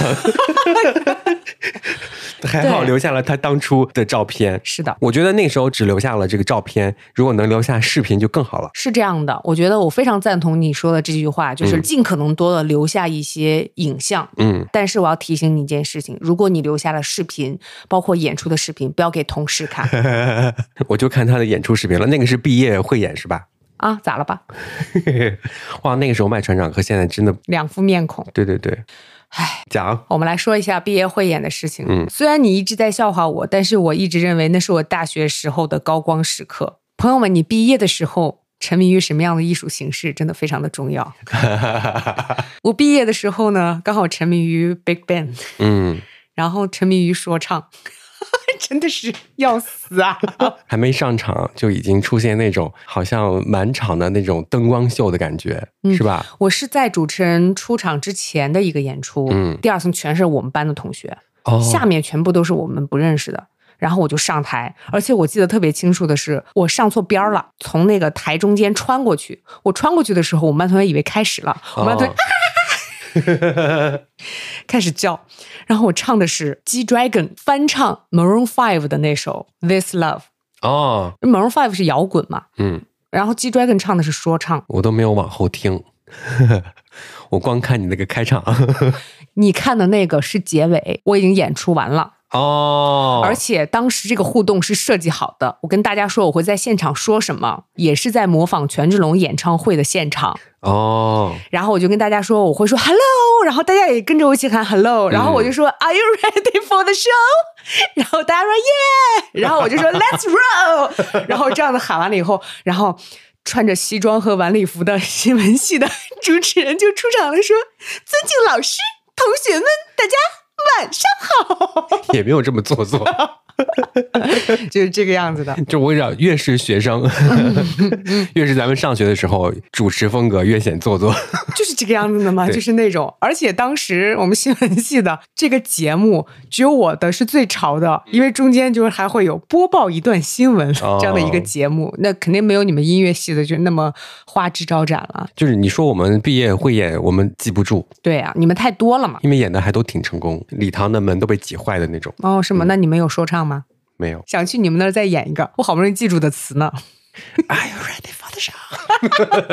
[SPEAKER 1] 还好
[SPEAKER 2] 对
[SPEAKER 1] 留下了他当初的照片，
[SPEAKER 2] 是的。
[SPEAKER 1] 我觉得那时候只留下了这个照片，如果能留下视频就更好了。
[SPEAKER 2] 是这样的，我觉得我非常赞同你说的这句话，就是
[SPEAKER 1] 嗯
[SPEAKER 2] 尽可能多的留下一些影像。
[SPEAKER 1] 嗯，
[SPEAKER 2] 但是我要提醒你一件事情：如果你留下了视频，包括演出的视频，不要给同事 <laughs> 看
[SPEAKER 1] 我就看他的演出视频了，那个是毕业汇演是吧？
[SPEAKER 2] 啊！咋了吧？
[SPEAKER 1] 哇，那个时候麦船长和现在真的，
[SPEAKER 2] 两副面孔。
[SPEAKER 1] 对对对，
[SPEAKER 2] 唉，
[SPEAKER 1] 讲 <laughs>
[SPEAKER 2] 我们来说一下毕业汇演的事情。
[SPEAKER 1] 嗯
[SPEAKER 2] 虽然你一直在笑话我，但是我一直认为那是我大学时候的高光时刻。朋友们，你毕业的时候沉迷于什么样的艺术形式，真的非常的重要。我毕业的时候呢，刚好沉迷于 Big Bang，
[SPEAKER 1] 嗯，
[SPEAKER 2] 然后沉迷于说唱， <laughs> 真的是要
[SPEAKER 1] <laughs>
[SPEAKER 2] 死啊！
[SPEAKER 1] 还没上场就已经出现那种好像满场的那种灯光秀的感觉，
[SPEAKER 2] 嗯
[SPEAKER 1] 是吧？
[SPEAKER 2] 我是在主持人出场之前的一个演出，
[SPEAKER 1] 嗯
[SPEAKER 2] 第二层全是我们班的同学，
[SPEAKER 1] 哦，
[SPEAKER 2] 下面全部都是我们不认识的。然后我就上台，而且我记得特别清楚的是，我上错边儿了，从那个台中间穿过去。我穿过去的时候，我们班同学以为开始了，我
[SPEAKER 1] 哦
[SPEAKER 2] 们班同学、啊开始叫。然后我唱的是 G Dragon 翻唱 Maroon Five 的那首《This Love
[SPEAKER 1] 哦，》
[SPEAKER 2] ，Maroon Five 是摇滚嘛，
[SPEAKER 1] 嗯，
[SPEAKER 2] 然后 G Dragon 唱的是说唱。
[SPEAKER 1] 我都没有往后听， <laughs> 我光看你那个开场 <laughs>
[SPEAKER 2] 你看的那个是结尾，我已经演出完了。
[SPEAKER 1] 哦，
[SPEAKER 2] 而且当时这个互动是设计好的，我跟大家说我会在现场说什么，也是在模仿权志龙演唱会的现场。
[SPEAKER 1] 哦，
[SPEAKER 2] 然后我就跟大家说我会说 hello，然后大家也跟着我一起喊 hello，然后我就说、Are you ready for the show？然后大家说 Yeah，然后我就说 Let's roll，然后这样子喊完了以后，然后。穿着西装和晚礼服的新闻系的主持人就出场了，说：“尊敬老师，同学们，大家晚上好。”
[SPEAKER 1] 也没有这么做作，
[SPEAKER 2] 就是这个样子的。
[SPEAKER 1] 就我跟你讲，越是学生，
[SPEAKER 2] 嗯
[SPEAKER 1] <laughs> 越是咱们上学的时候，主持风格越显做作。 <laughs>
[SPEAKER 2] 就是这个样子的嘛，
[SPEAKER 1] 对
[SPEAKER 2] 就是那种。而且当时我们新闻系的这个节目，只有我的是最潮的，因为中间就是还会有播报一段新闻
[SPEAKER 1] 嗯哦
[SPEAKER 2] 这样的一个节目，那肯定没有你们音乐系的就那么花枝招展了。
[SPEAKER 1] 就是你说我们毕业汇演，我们记不住，
[SPEAKER 2] 对啊，你们太多了嘛。
[SPEAKER 1] 因为演的还都挺成功，礼堂的门都被挤坏的那种。
[SPEAKER 2] 哦，是
[SPEAKER 1] 嗯
[SPEAKER 2] 吗？那你们有说唱吗？
[SPEAKER 1] 没有
[SPEAKER 2] 想去你们那儿再演一个，我好不容易记住的词呢。
[SPEAKER 1] ，Are you ready for the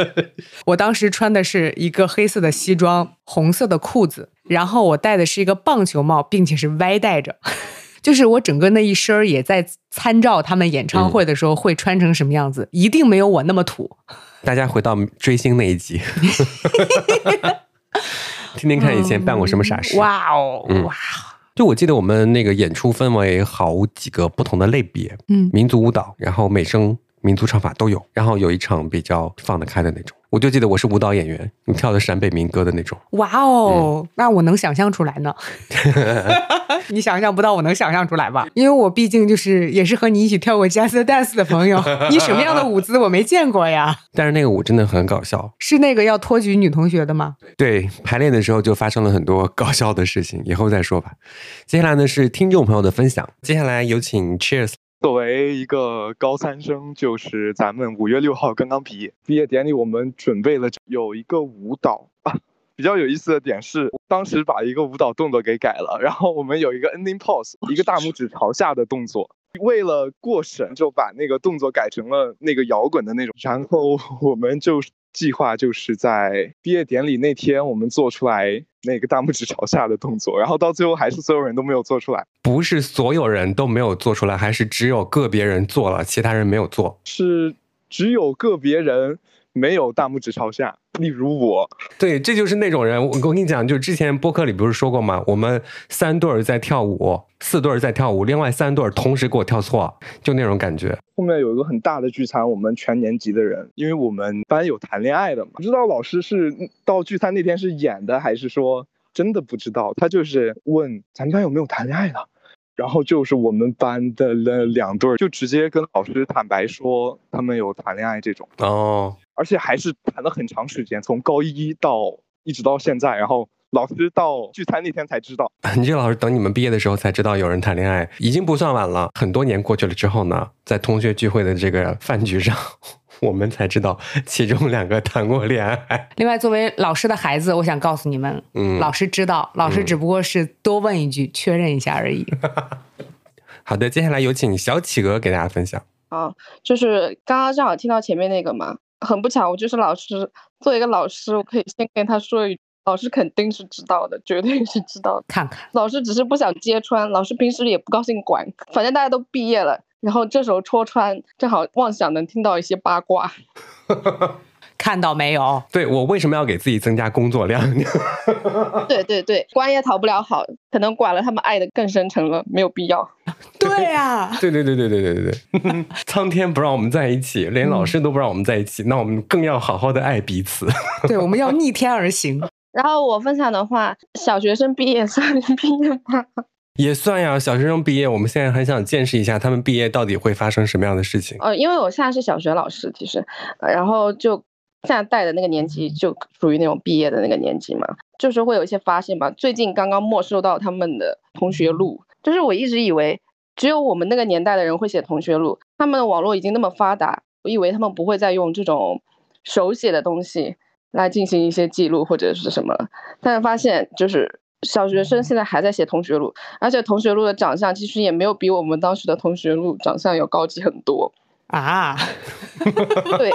[SPEAKER 1] show？
[SPEAKER 2] <laughs> 我当时穿的是一个黑色的西装，红色的裤子，然后我戴的是一个棒球帽，并且是歪戴着。 <laughs> 就是我整个那一身儿也在参照他们演唱会的时候会穿成什么样子，一定没有我那么土。
[SPEAKER 1] 大家回到追星那一集， <laughs> 听听看以前办过什么傻事。
[SPEAKER 2] 哇哦，
[SPEAKER 1] 啊嗯
[SPEAKER 2] 哇，
[SPEAKER 1] 就我记得我们那个演出分为好几个不同的类别，
[SPEAKER 2] 嗯
[SPEAKER 1] 民族舞蹈，然后美声、民族唱法都有。然后有一场比较放得开的那种，我就记得我是舞蹈演员，你跳的陕北民歌的那种。
[SPEAKER 2] 哇哦，那我能想象出来 <laughs> 呢。你想象不到，我能想象出来吧？因为我毕竟就是也是和你一起跳过 Jazz Dance 的朋友， <laughs> 你什么样的舞姿我没见过呀？
[SPEAKER 1] 但是那个舞真的很搞笑，
[SPEAKER 2] 是那个要托举女同学的吗？
[SPEAKER 1] 对，排练的时候就发生了很多搞笑的事情，以后再说吧。接下来呢是听众朋友的分享，接下来有请 Cheers
[SPEAKER 3] 作为一个高三生，就是咱们五月六号刚刚毕业，毕业典礼我们准备了有一个舞蹈 <laughs> 啊。比较有意思的点是，当时把一个舞蹈动作给改了，然后我们有一个 ending pose，一个大拇指朝下的动作。为了过审，就把那个动作改成了那个摇滚的那种。然后我们就计划就是在毕业典礼那天，我们做出来那个大拇指朝下的动作，然后到最后还是所有人都没有做出来。
[SPEAKER 1] 不是所有人都没有做出来，还是只有个别人做了，其他人没有做。
[SPEAKER 3] 是只有个别人没有大拇指朝下，例如我。
[SPEAKER 1] 对，这就是那种人。我我跟你讲，就是之前播客里不是说过吗？我们三对儿在跳舞，四对儿在跳舞，另外三对儿同时给我跳错，就那种感觉。
[SPEAKER 3] 后面有一个很大的聚餐，我们全年级的人，因为我们班有谈恋爱的嘛，不知道老师是到聚餐那天是演的，还是说真的不知道。他就是问咱们班有没有谈恋爱的，然后就是我们班的那两对儿就直接跟老师坦白说他们有谈恋爱这种，
[SPEAKER 1] 哦，
[SPEAKER 3] 而且还是谈了很长时间，从高一到一直到现在，然后老师到聚餐那天才知道。
[SPEAKER 1] 你 <laughs> 这老师等你们毕业的时候才知道有人谈恋爱，已经不算晚了。很多年过去了之后呢，在同学聚会的这个饭局上， <laughs> 我们才知道其中两个谈过恋爱。
[SPEAKER 2] 另外，作为老师的孩子，我想告诉你们，
[SPEAKER 1] 嗯，
[SPEAKER 2] 老师知道，老师只不过是多问一句，确认一下而 <laughs> 已。
[SPEAKER 1] 好的，接下来有请小企鹅给大家分享。
[SPEAKER 4] 啊，就是刚刚正好听到前面那个嘛，很不巧，我就是老师，作为一个老师，我可以先跟他说一句，老师肯定是知道的，绝对是知道的。
[SPEAKER 2] 看看，
[SPEAKER 4] 老师只是不想揭穿，老师平时也不高兴管，反正大家都毕业了，然后这时候戳穿，正好妄想能听到一些八卦。 <laughs>
[SPEAKER 2] 看到没有？
[SPEAKER 1] 对我为什么要给自己增加工作量？ <laughs>
[SPEAKER 4] 对对对，管也讨不了好，可能管了他们爱的更深沉了，没有必要。
[SPEAKER 2] 对啊，
[SPEAKER 1] 对对对对对对对对， <laughs> 苍天不让我们在一起，连老师都不让我们在一起，那我们更要好好的爱彼此。
[SPEAKER 2] <laughs>
[SPEAKER 1] <laughs>
[SPEAKER 2] 对，我们要逆天而行。 <laughs>
[SPEAKER 4] 然后我分享的话，小学生毕业算毕业吗？
[SPEAKER 1] 也算呀，小学生毕业，我们现在很想见识一下他们毕业到底会发生什么样的事情。
[SPEAKER 4] 呃，因为我现在是小学老师，其实，呃然后就现在带的那个年级就属于那种毕业的那个年级嘛，就是会有一些发现吧。最近刚刚没收到他们的同学录，就是我一直以为只有我们那个年代的人会写同学录，他们的网络已经那么发达，我以为他们不会再用这种手写的东西来进行一些记录或者是什么了，但是发现就是。小学生现在还在写同学录，而且同学录的长相其实也没有比我们当时的同学录长相要高级很多。
[SPEAKER 2] 啊，
[SPEAKER 4] 对，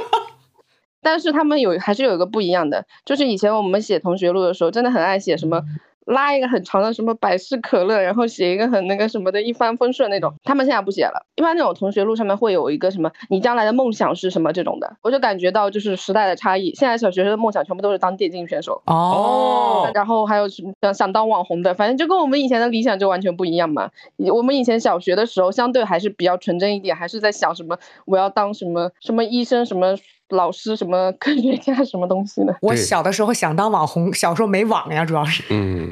[SPEAKER 4] 但是他们有还是有一个不一样的，就是以前我们写同学录的时候，真的很爱写什么。拉一个很长的什么百事可乐，然后写一个很那个什么的一帆风顺那种，他们现在不写了。一般那种同学录上面会有一个什么你将来的梦想是什么这种的，我就感觉到就是时代的差异。现在小学生的梦想全部都是当电竞选手，
[SPEAKER 2] 哦，
[SPEAKER 4] 然后还有什么想想当网红的，反正就跟我们以前的理想就完全不一样嘛。以我们以前小学的时候，相对还是比较纯真一点，还是在想什么我要当什么什么医生、什么老师、什么科学家什么东西的。
[SPEAKER 2] 我
[SPEAKER 1] 对
[SPEAKER 2] 小的时候想当网红，小时候没网呀，主要是。
[SPEAKER 1] 嗯，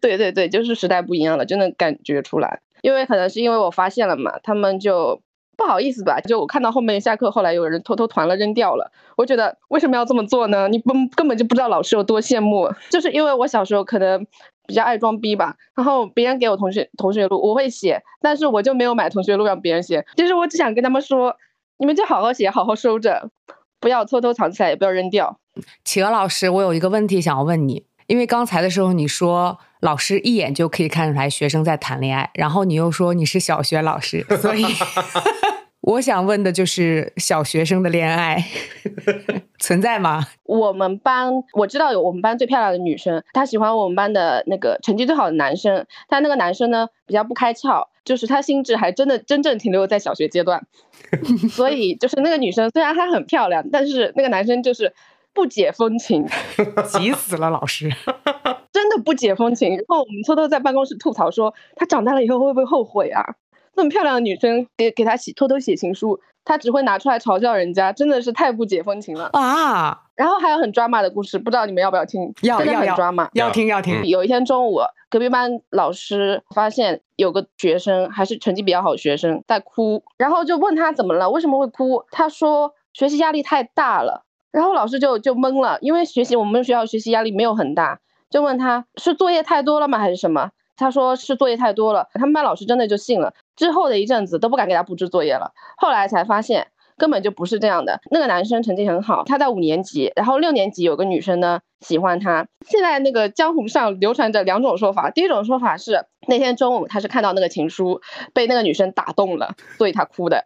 [SPEAKER 4] 对对对，就是时代不一样了，真的感觉出来。因为可能是因为我发现了嘛，他们就不好意思吧，就我看到后面下课，后来有人偷偷团了扔掉了，我觉得为什么要这么做呢？你不根本就不知道老师有多羡慕，就是因为我小时候可能。比较爱装逼吧，然后别人给我同学同学录，我会写，但是我就没有买同学录让别人写。其实我只想跟他们说，你们就好好写，好好收着，不要偷偷藏起来，也不要扔掉。
[SPEAKER 2] 企鹅老师，我有一个问题想要问你，因为刚才的时候你说老师一眼就可以看出来学生在谈恋爱，然后你又说你是小学老师，所 <laughs> 以我想问的就是小学生的恋 <laughs> 爱存在吗？
[SPEAKER 4] 我们班我知道有我们班最漂亮的女生，她喜欢我们班的那个成绩最好的男生，但那个男生呢比较不开窍，就是他心智还真的真正停留在小学阶段，所以就是那个女生虽然她很漂亮，但是那个男生就是不解风情，
[SPEAKER 2] 急死了，老师！
[SPEAKER 4] 真的不解风情。然后我们偷偷在办公室吐槽说，她长大了以后会不会后悔啊？那么漂亮的女生给给她写偷偷写情书，他只会拿出来嘲笑人家，真的是太不解风情了。
[SPEAKER 2] <laughs> 啊，
[SPEAKER 4] 然后还有很抓马的故事，不知道你们要不要听？
[SPEAKER 2] 要
[SPEAKER 4] 真的
[SPEAKER 2] 要
[SPEAKER 4] 很
[SPEAKER 2] 要
[SPEAKER 4] 抓马。
[SPEAKER 2] 要听要听，
[SPEAKER 4] 有一天中午，隔壁班老师发现有个学生还是成绩比较好的学生在哭，然后就问他怎么了，为什么会哭？他说学习压力太大了。然后老师就就懵了，因为学习我们学校学习压力没有很大，就问他是作业太多了吗还是什么？他说是作业太多了，他们班老师真的就信了。之后的一阵子都不敢给他布置作业了，后来才发现根本就不是这样的。那个男生成绩很好，他在五年级，然后六年级有个女生呢喜欢他。现在那个江湖上流传着两种说法，第一种说法是那天中午他是看到那个情书，被那个女生打动了，所以他哭的；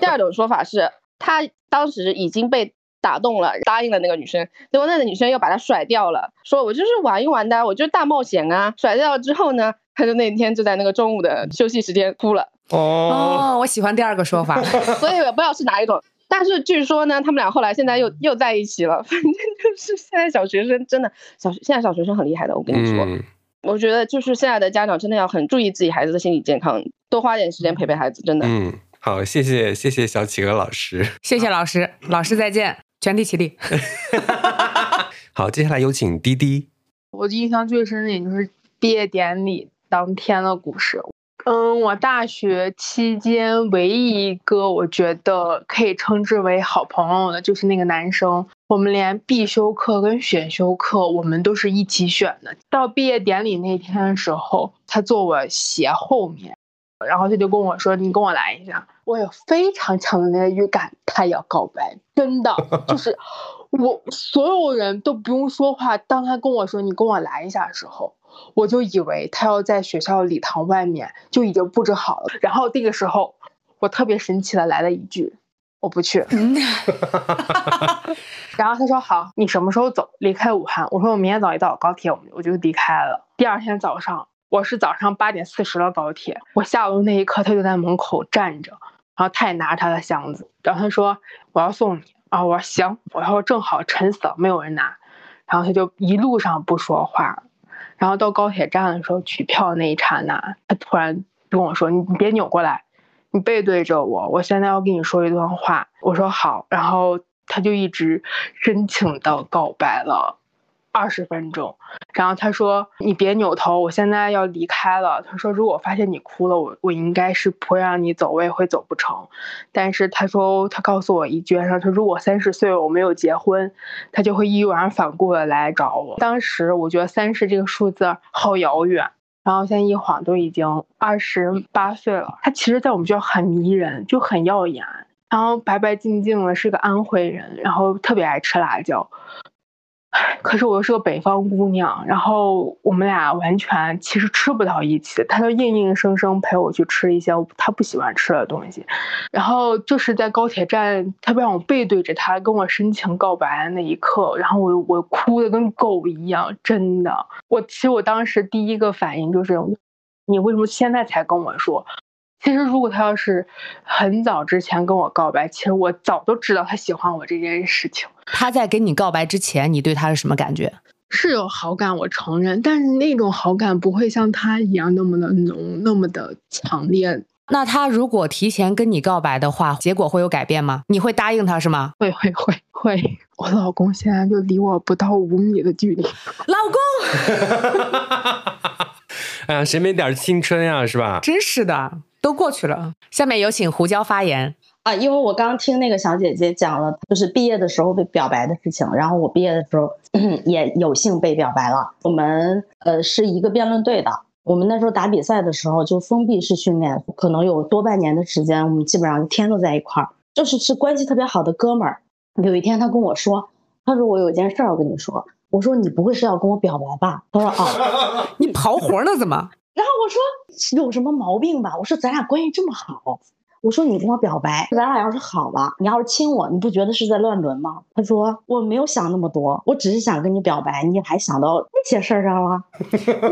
[SPEAKER 4] 第二种说法是他当时已经被。打动了，答应了那个女生，结果那个女生又把他甩掉了，说我就是玩一玩的，我就是大冒险啊。甩掉之后呢，他就那天就在那个中午的休息时间哭了。
[SPEAKER 1] 哦，
[SPEAKER 2] 哦，我喜欢第二个说法，
[SPEAKER 4] 所以我也不知道是哪一种。但是据说呢，他们俩后来现在又又在一起了。 <laughs> 反正就是现在小学生真的小学，现在小学生很厉害的，我跟你说，
[SPEAKER 1] 嗯，
[SPEAKER 4] 我觉得就是现在的家长真的要很注意自己孩子的心理健康，多花点时间陪陪孩子，真的。
[SPEAKER 1] 嗯，好，谢谢谢谢小企鹅老师。
[SPEAKER 2] 谢谢老师，老师再见，全体起立。
[SPEAKER 1] 好，接下来有请滴滴。
[SPEAKER 5] 我印象最深的也就是毕业典礼当天的故事。嗯，我大学期间唯一一个我觉得可以称之为好朋友的，就是那个男生。我们连必修课跟选修课，我们都是一起选的。到毕业典礼那天的时候，他坐我斜后面，然后他就跟我说：“你跟我来一下。”我有非常强烈的预感，他要告白，真的就是我所有人都不用说话。当他跟我说“你跟我来一下”的时候，我就以为他要在学校礼堂外面就已经布置好了。然后那个时候，我特别神奇的来了一句：“我不去。” <laughs> 然后他说好，你什么时候走？离开武汉？我说我明天早一到高铁，我们我就离开了。第二天早上，我是早上八点四十的高铁，我下楼那一刻他就在门口站着，然后他也拿着他的箱子，然后他说我要送你啊，我说行，我说正好晨扫没有人拿，然后他就一路上不说话，然后到高铁站的时候取票那一刹那，他突然跟我说你你别扭过来，你背对着我，我现在要跟你说一段话。我说好，然后他就一直深情的告白了二十分钟，然后他说你别扭头，我现在要离开了。他说如果发现你哭了，我我应该是不会让你走，我也会走不成。但是他说他告诉我一句，他说如果三十岁我没有结婚，他就会义无反顾的来找我。当时我觉得三十这个数字好遥远。然后现在一晃都已经二十八岁了。他其实，在我们学校很迷人，就很耀眼，然后白白净净的，是个安徽人，然后特别爱吃辣椒。唉可是我又是个北方姑娘，然后我们俩完全其实吃不到一起，他就硬硬生生陪我去吃一些他不喜欢吃的东西，然后就是在高铁站，他让我背对着他跟我深情告白的那一刻，然后我我哭的跟狗一样，真的，我其实我当时第一个反应就是，你为什么现在才跟我说？其实如果他要是很早之前跟我告白，其实我早都知道他喜欢我这件事情，
[SPEAKER 2] 他在跟你告白之前，你对他是什么感觉？
[SPEAKER 5] 是有好感，我承认，但是那种好感不会像他一样那么的浓，那么的强烈。
[SPEAKER 2] 那他如果提前跟你告白的话，结果会有改变吗？你会答应他是吗？
[SPEAKER 5] 会会会会，我老公现在就离我不到五米的距离。
[SPEAKER 2] 老公，
[SPEAKER 1] 哎呀，谁没点青春呀、是吧？
[SPEAKER 2] 真是的，都过去了。下面有请胡椒发言。
[SPEAKER 6] 啊，因为我刚听那个小姐姐讲了，就是毕业的时候被表白的事情，然后我毕业的时候 <clears throat> 也有幸被表白了。我们呃是一个辩论队的，我们那时候打比赛的时候就封闭式训练，可能有多半年的时间，我们基本上天都在一块儿，就是是关系特别好的哥们儿。有一天他跟我说，他说我有件事儿要跟你说，我说你不会是要跟我表白吧？他说啊。
[SPEAKER 2] 你刨活呢？怎么？
[SPEAKER 6] 然后我说有什么毛病吧？我说咱俩关系这么好，我说你跟我表白，咱俩要是好了，你要是亲我，你不觉得是在乱伦吗？他说我没有想那么多，我只是想跟你表白，你还想到那些事儿上了。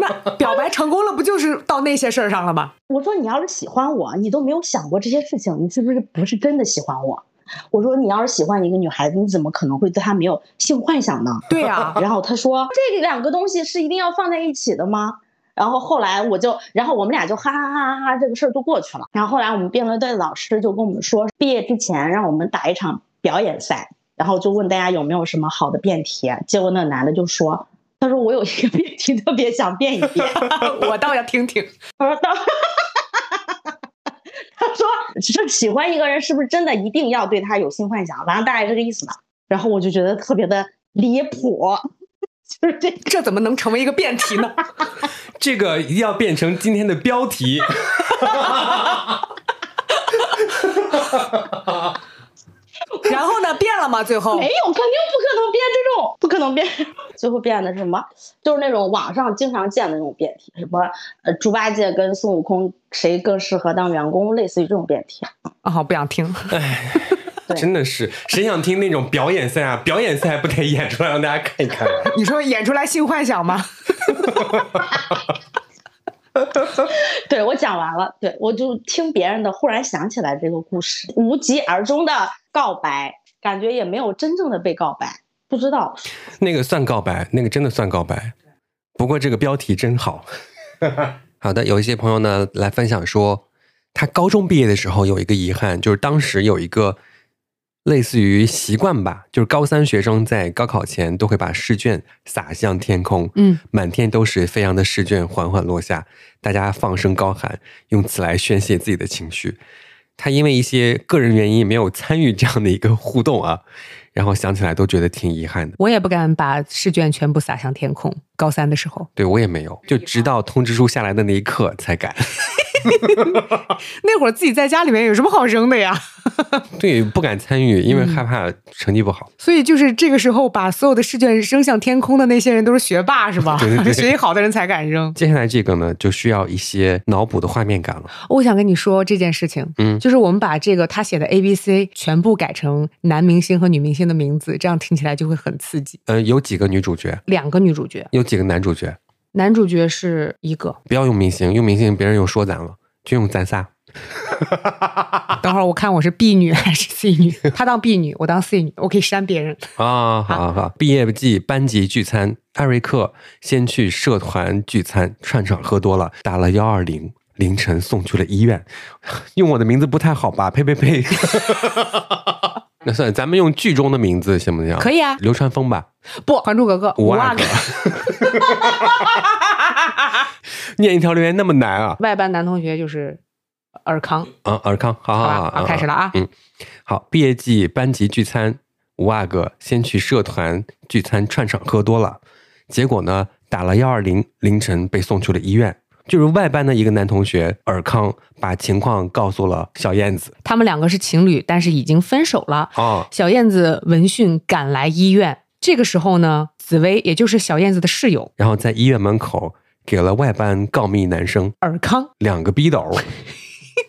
[SPEAKER 2] 那表白成功了，不就是到那些事儿上了吗？ <laughs>
[SPEAKER 6] 我说你要是喜欢我，你都没有想过这些事情，你是不是不是真的喜欢我？我说你要是喜欢一个女孩子，你怎么可能会对她没有性幻想呢？
[SPEAKER 2] 对呀、
[SPEAKER 6] 然后他说这两个东西是一定要放在一起的吗？然后后来我就，然后我们俩就哈哈哈哈哈，这个事儿就过去了。然后后来我们辩论队的老师就跟我们说，毕业之前让我们打一场表演赛，然后就问大家有没有什么好的辩题。啊结果那个男的就说，他说我有一个辩题特别想辩一辩，
[SPEAKER 2] 我倒要听听。
[SPEAKER 6] 他说到。 <laughs> 他说：“是喜欢一个人，是不是真的一定要对他有性幻想？”反正大概这个意思吧。然后我就觉得特别的离谱， <laughs> 就是这
[SPEAKER 2] 这怎么能成为一个辩题呢？ <laughs>
[SPEAKER 1] 这个一定要变成今天的标题。
[SPEAKER 2] 然后呢，变了吗？最后
[SPEAKER 6] 没有，肯定不可能变这种，不可能变。 <laughs> 最后变的是什么？就是那种网上经常见的那种辩题，什么呃猪八戒跟孙悟空谁更适合当员工，类似于这种辩题。
[SPEAKER 2] 啊，不想听。
[SPEAKER 6] 对
[SPEAKER 1] 真的是，谁想听那种表演赛啊？表演赛不得演出来让大家看一看？啊
[SPEAKER 2] 你说演出来性幻想吗？
[SPEAKER 6] <laughs> 对我讲完了，对我就听别人的，忽然想起来这个故事，无疾而终的告白，感觉也没有真正的被告白，不知道
[SPEAKER 1] <laughs> 那个算告白，那个真的算告白。不过这个标题真好。好的，有一些朋友呢来分享说，他高中毕业的时候有一个遗憾，就是当时有一个类似于习惯吧，就是高三学生在高考前都会把试卷撒向天空，
[SPEAKER 2] 嗯，
[SPEAKER 1] 满天都是飞扬的试卷缓缓落下，大家放声高喊，用此来宣泄自己的情绪。他因为一些个人原因没有参与这样的一个互动啊，然后想起来都觉得挺遗憾的。
[SPEAKER 2] 我也不敢把试卷全部撒向天空。高三的时候，
[SPEAKER 1] 对我也没有，就直到通知书下来的那一刻才敢。
[SPEAKER 2] 那会儿自己在家里面有什么好扔的呀？
[SPEAKER 1] <laughs> 对，不敢参与，因为害怕成绩不好。
[SPEAKER 2] 所以就是这个时候，把所有的试卷扔向天空的那些人都是学霸，是吧？
[SPEAKER 1] 对对对
[SPEAKER 2] 学习好的人才敢扔。
[SPEAKER 1] 接下来这个呢，就需要一些脑补的画面感了。
[SPEAKER 2] 我想跟你说这件事情，
[SPEAKER 1] 嗯
[SPEAKER 2] 就是我们把这个他写的 A、B、C 全部改成男明星和女明星的名字，这样听起来就会很刺激。
[SPEAKER 1] 呃，有几个女主角，
[SPEAKER 2] 两个女主角，
[SPEAKER 1] 有几个男主角，
[SPEAKER 2] 男主角是一个。
[SPEAKER 1] 不要用明星，用明星别人又说咱了，就用咱仨。啊
[SPEAKER 2] 等会儿我看我是 B 女还是 C
[SPEAKER 1] <laughs>
[SPEAKER 2] 女，她当 B 女，我当 C 女，我可以删别人。
[SPEAKER 1] 啊，好好好！毕业季班级聚餐，艾瑞克先去社团聚餐，串场喝多了，打了幺二零，凌晨送去了医院。 <laughs> 用我的名字不太好吧？呸呸呸！ <laughs> 那算了，咱们用剧中的名字行不行？
[SPEAKER 2] 可
[SPEAKER 1] 以。
[SPEAKER 2] 以啊，
[SPEAKER 1] 流川枫吧，
[SPEAKER 2] 不，《还珠格格》
[SPEAKER 1] 嗯五阿
[SPEAKER 2] 阿
[SPEAKER 1] 哥
[SPEAKER 2] 哥。
[SPEAKER 1] 念一条留言那么难啊！
[SPEAKER 2] 外班男同学就是尔康，
[SPEAKER 1] 啊，尔康，好好
[SPEAKER 2] 好吧
[SPEAKER 1] 好
[SPEAKER 2] 好开始了啊
[SPEAKER 1] 嗯，好，毕业季班级聚餐，五阿哥先去社团聚餐串场喝多了，结果呢打了幺二零，凌晨被送去了医院。就是外班的一个男同学尔康把情况告诉了小燕子
[SPEAKER 2] 他们两个是情侣，但是已经分手了。
[SPEAKER 1] 啊，
[SPEAKER 2] 小燕子闻讯赶来医院，这个时候呢，紫薇也就是小燕子的室友
[SPEAKER 1] 然后在医院门口给了外班告密男生
[SPEAKER 2] 尔康，
[SPEAKER 1] 两个逼
[SPEAKER 2] <laughs>
[SPEAKER 1] 斗，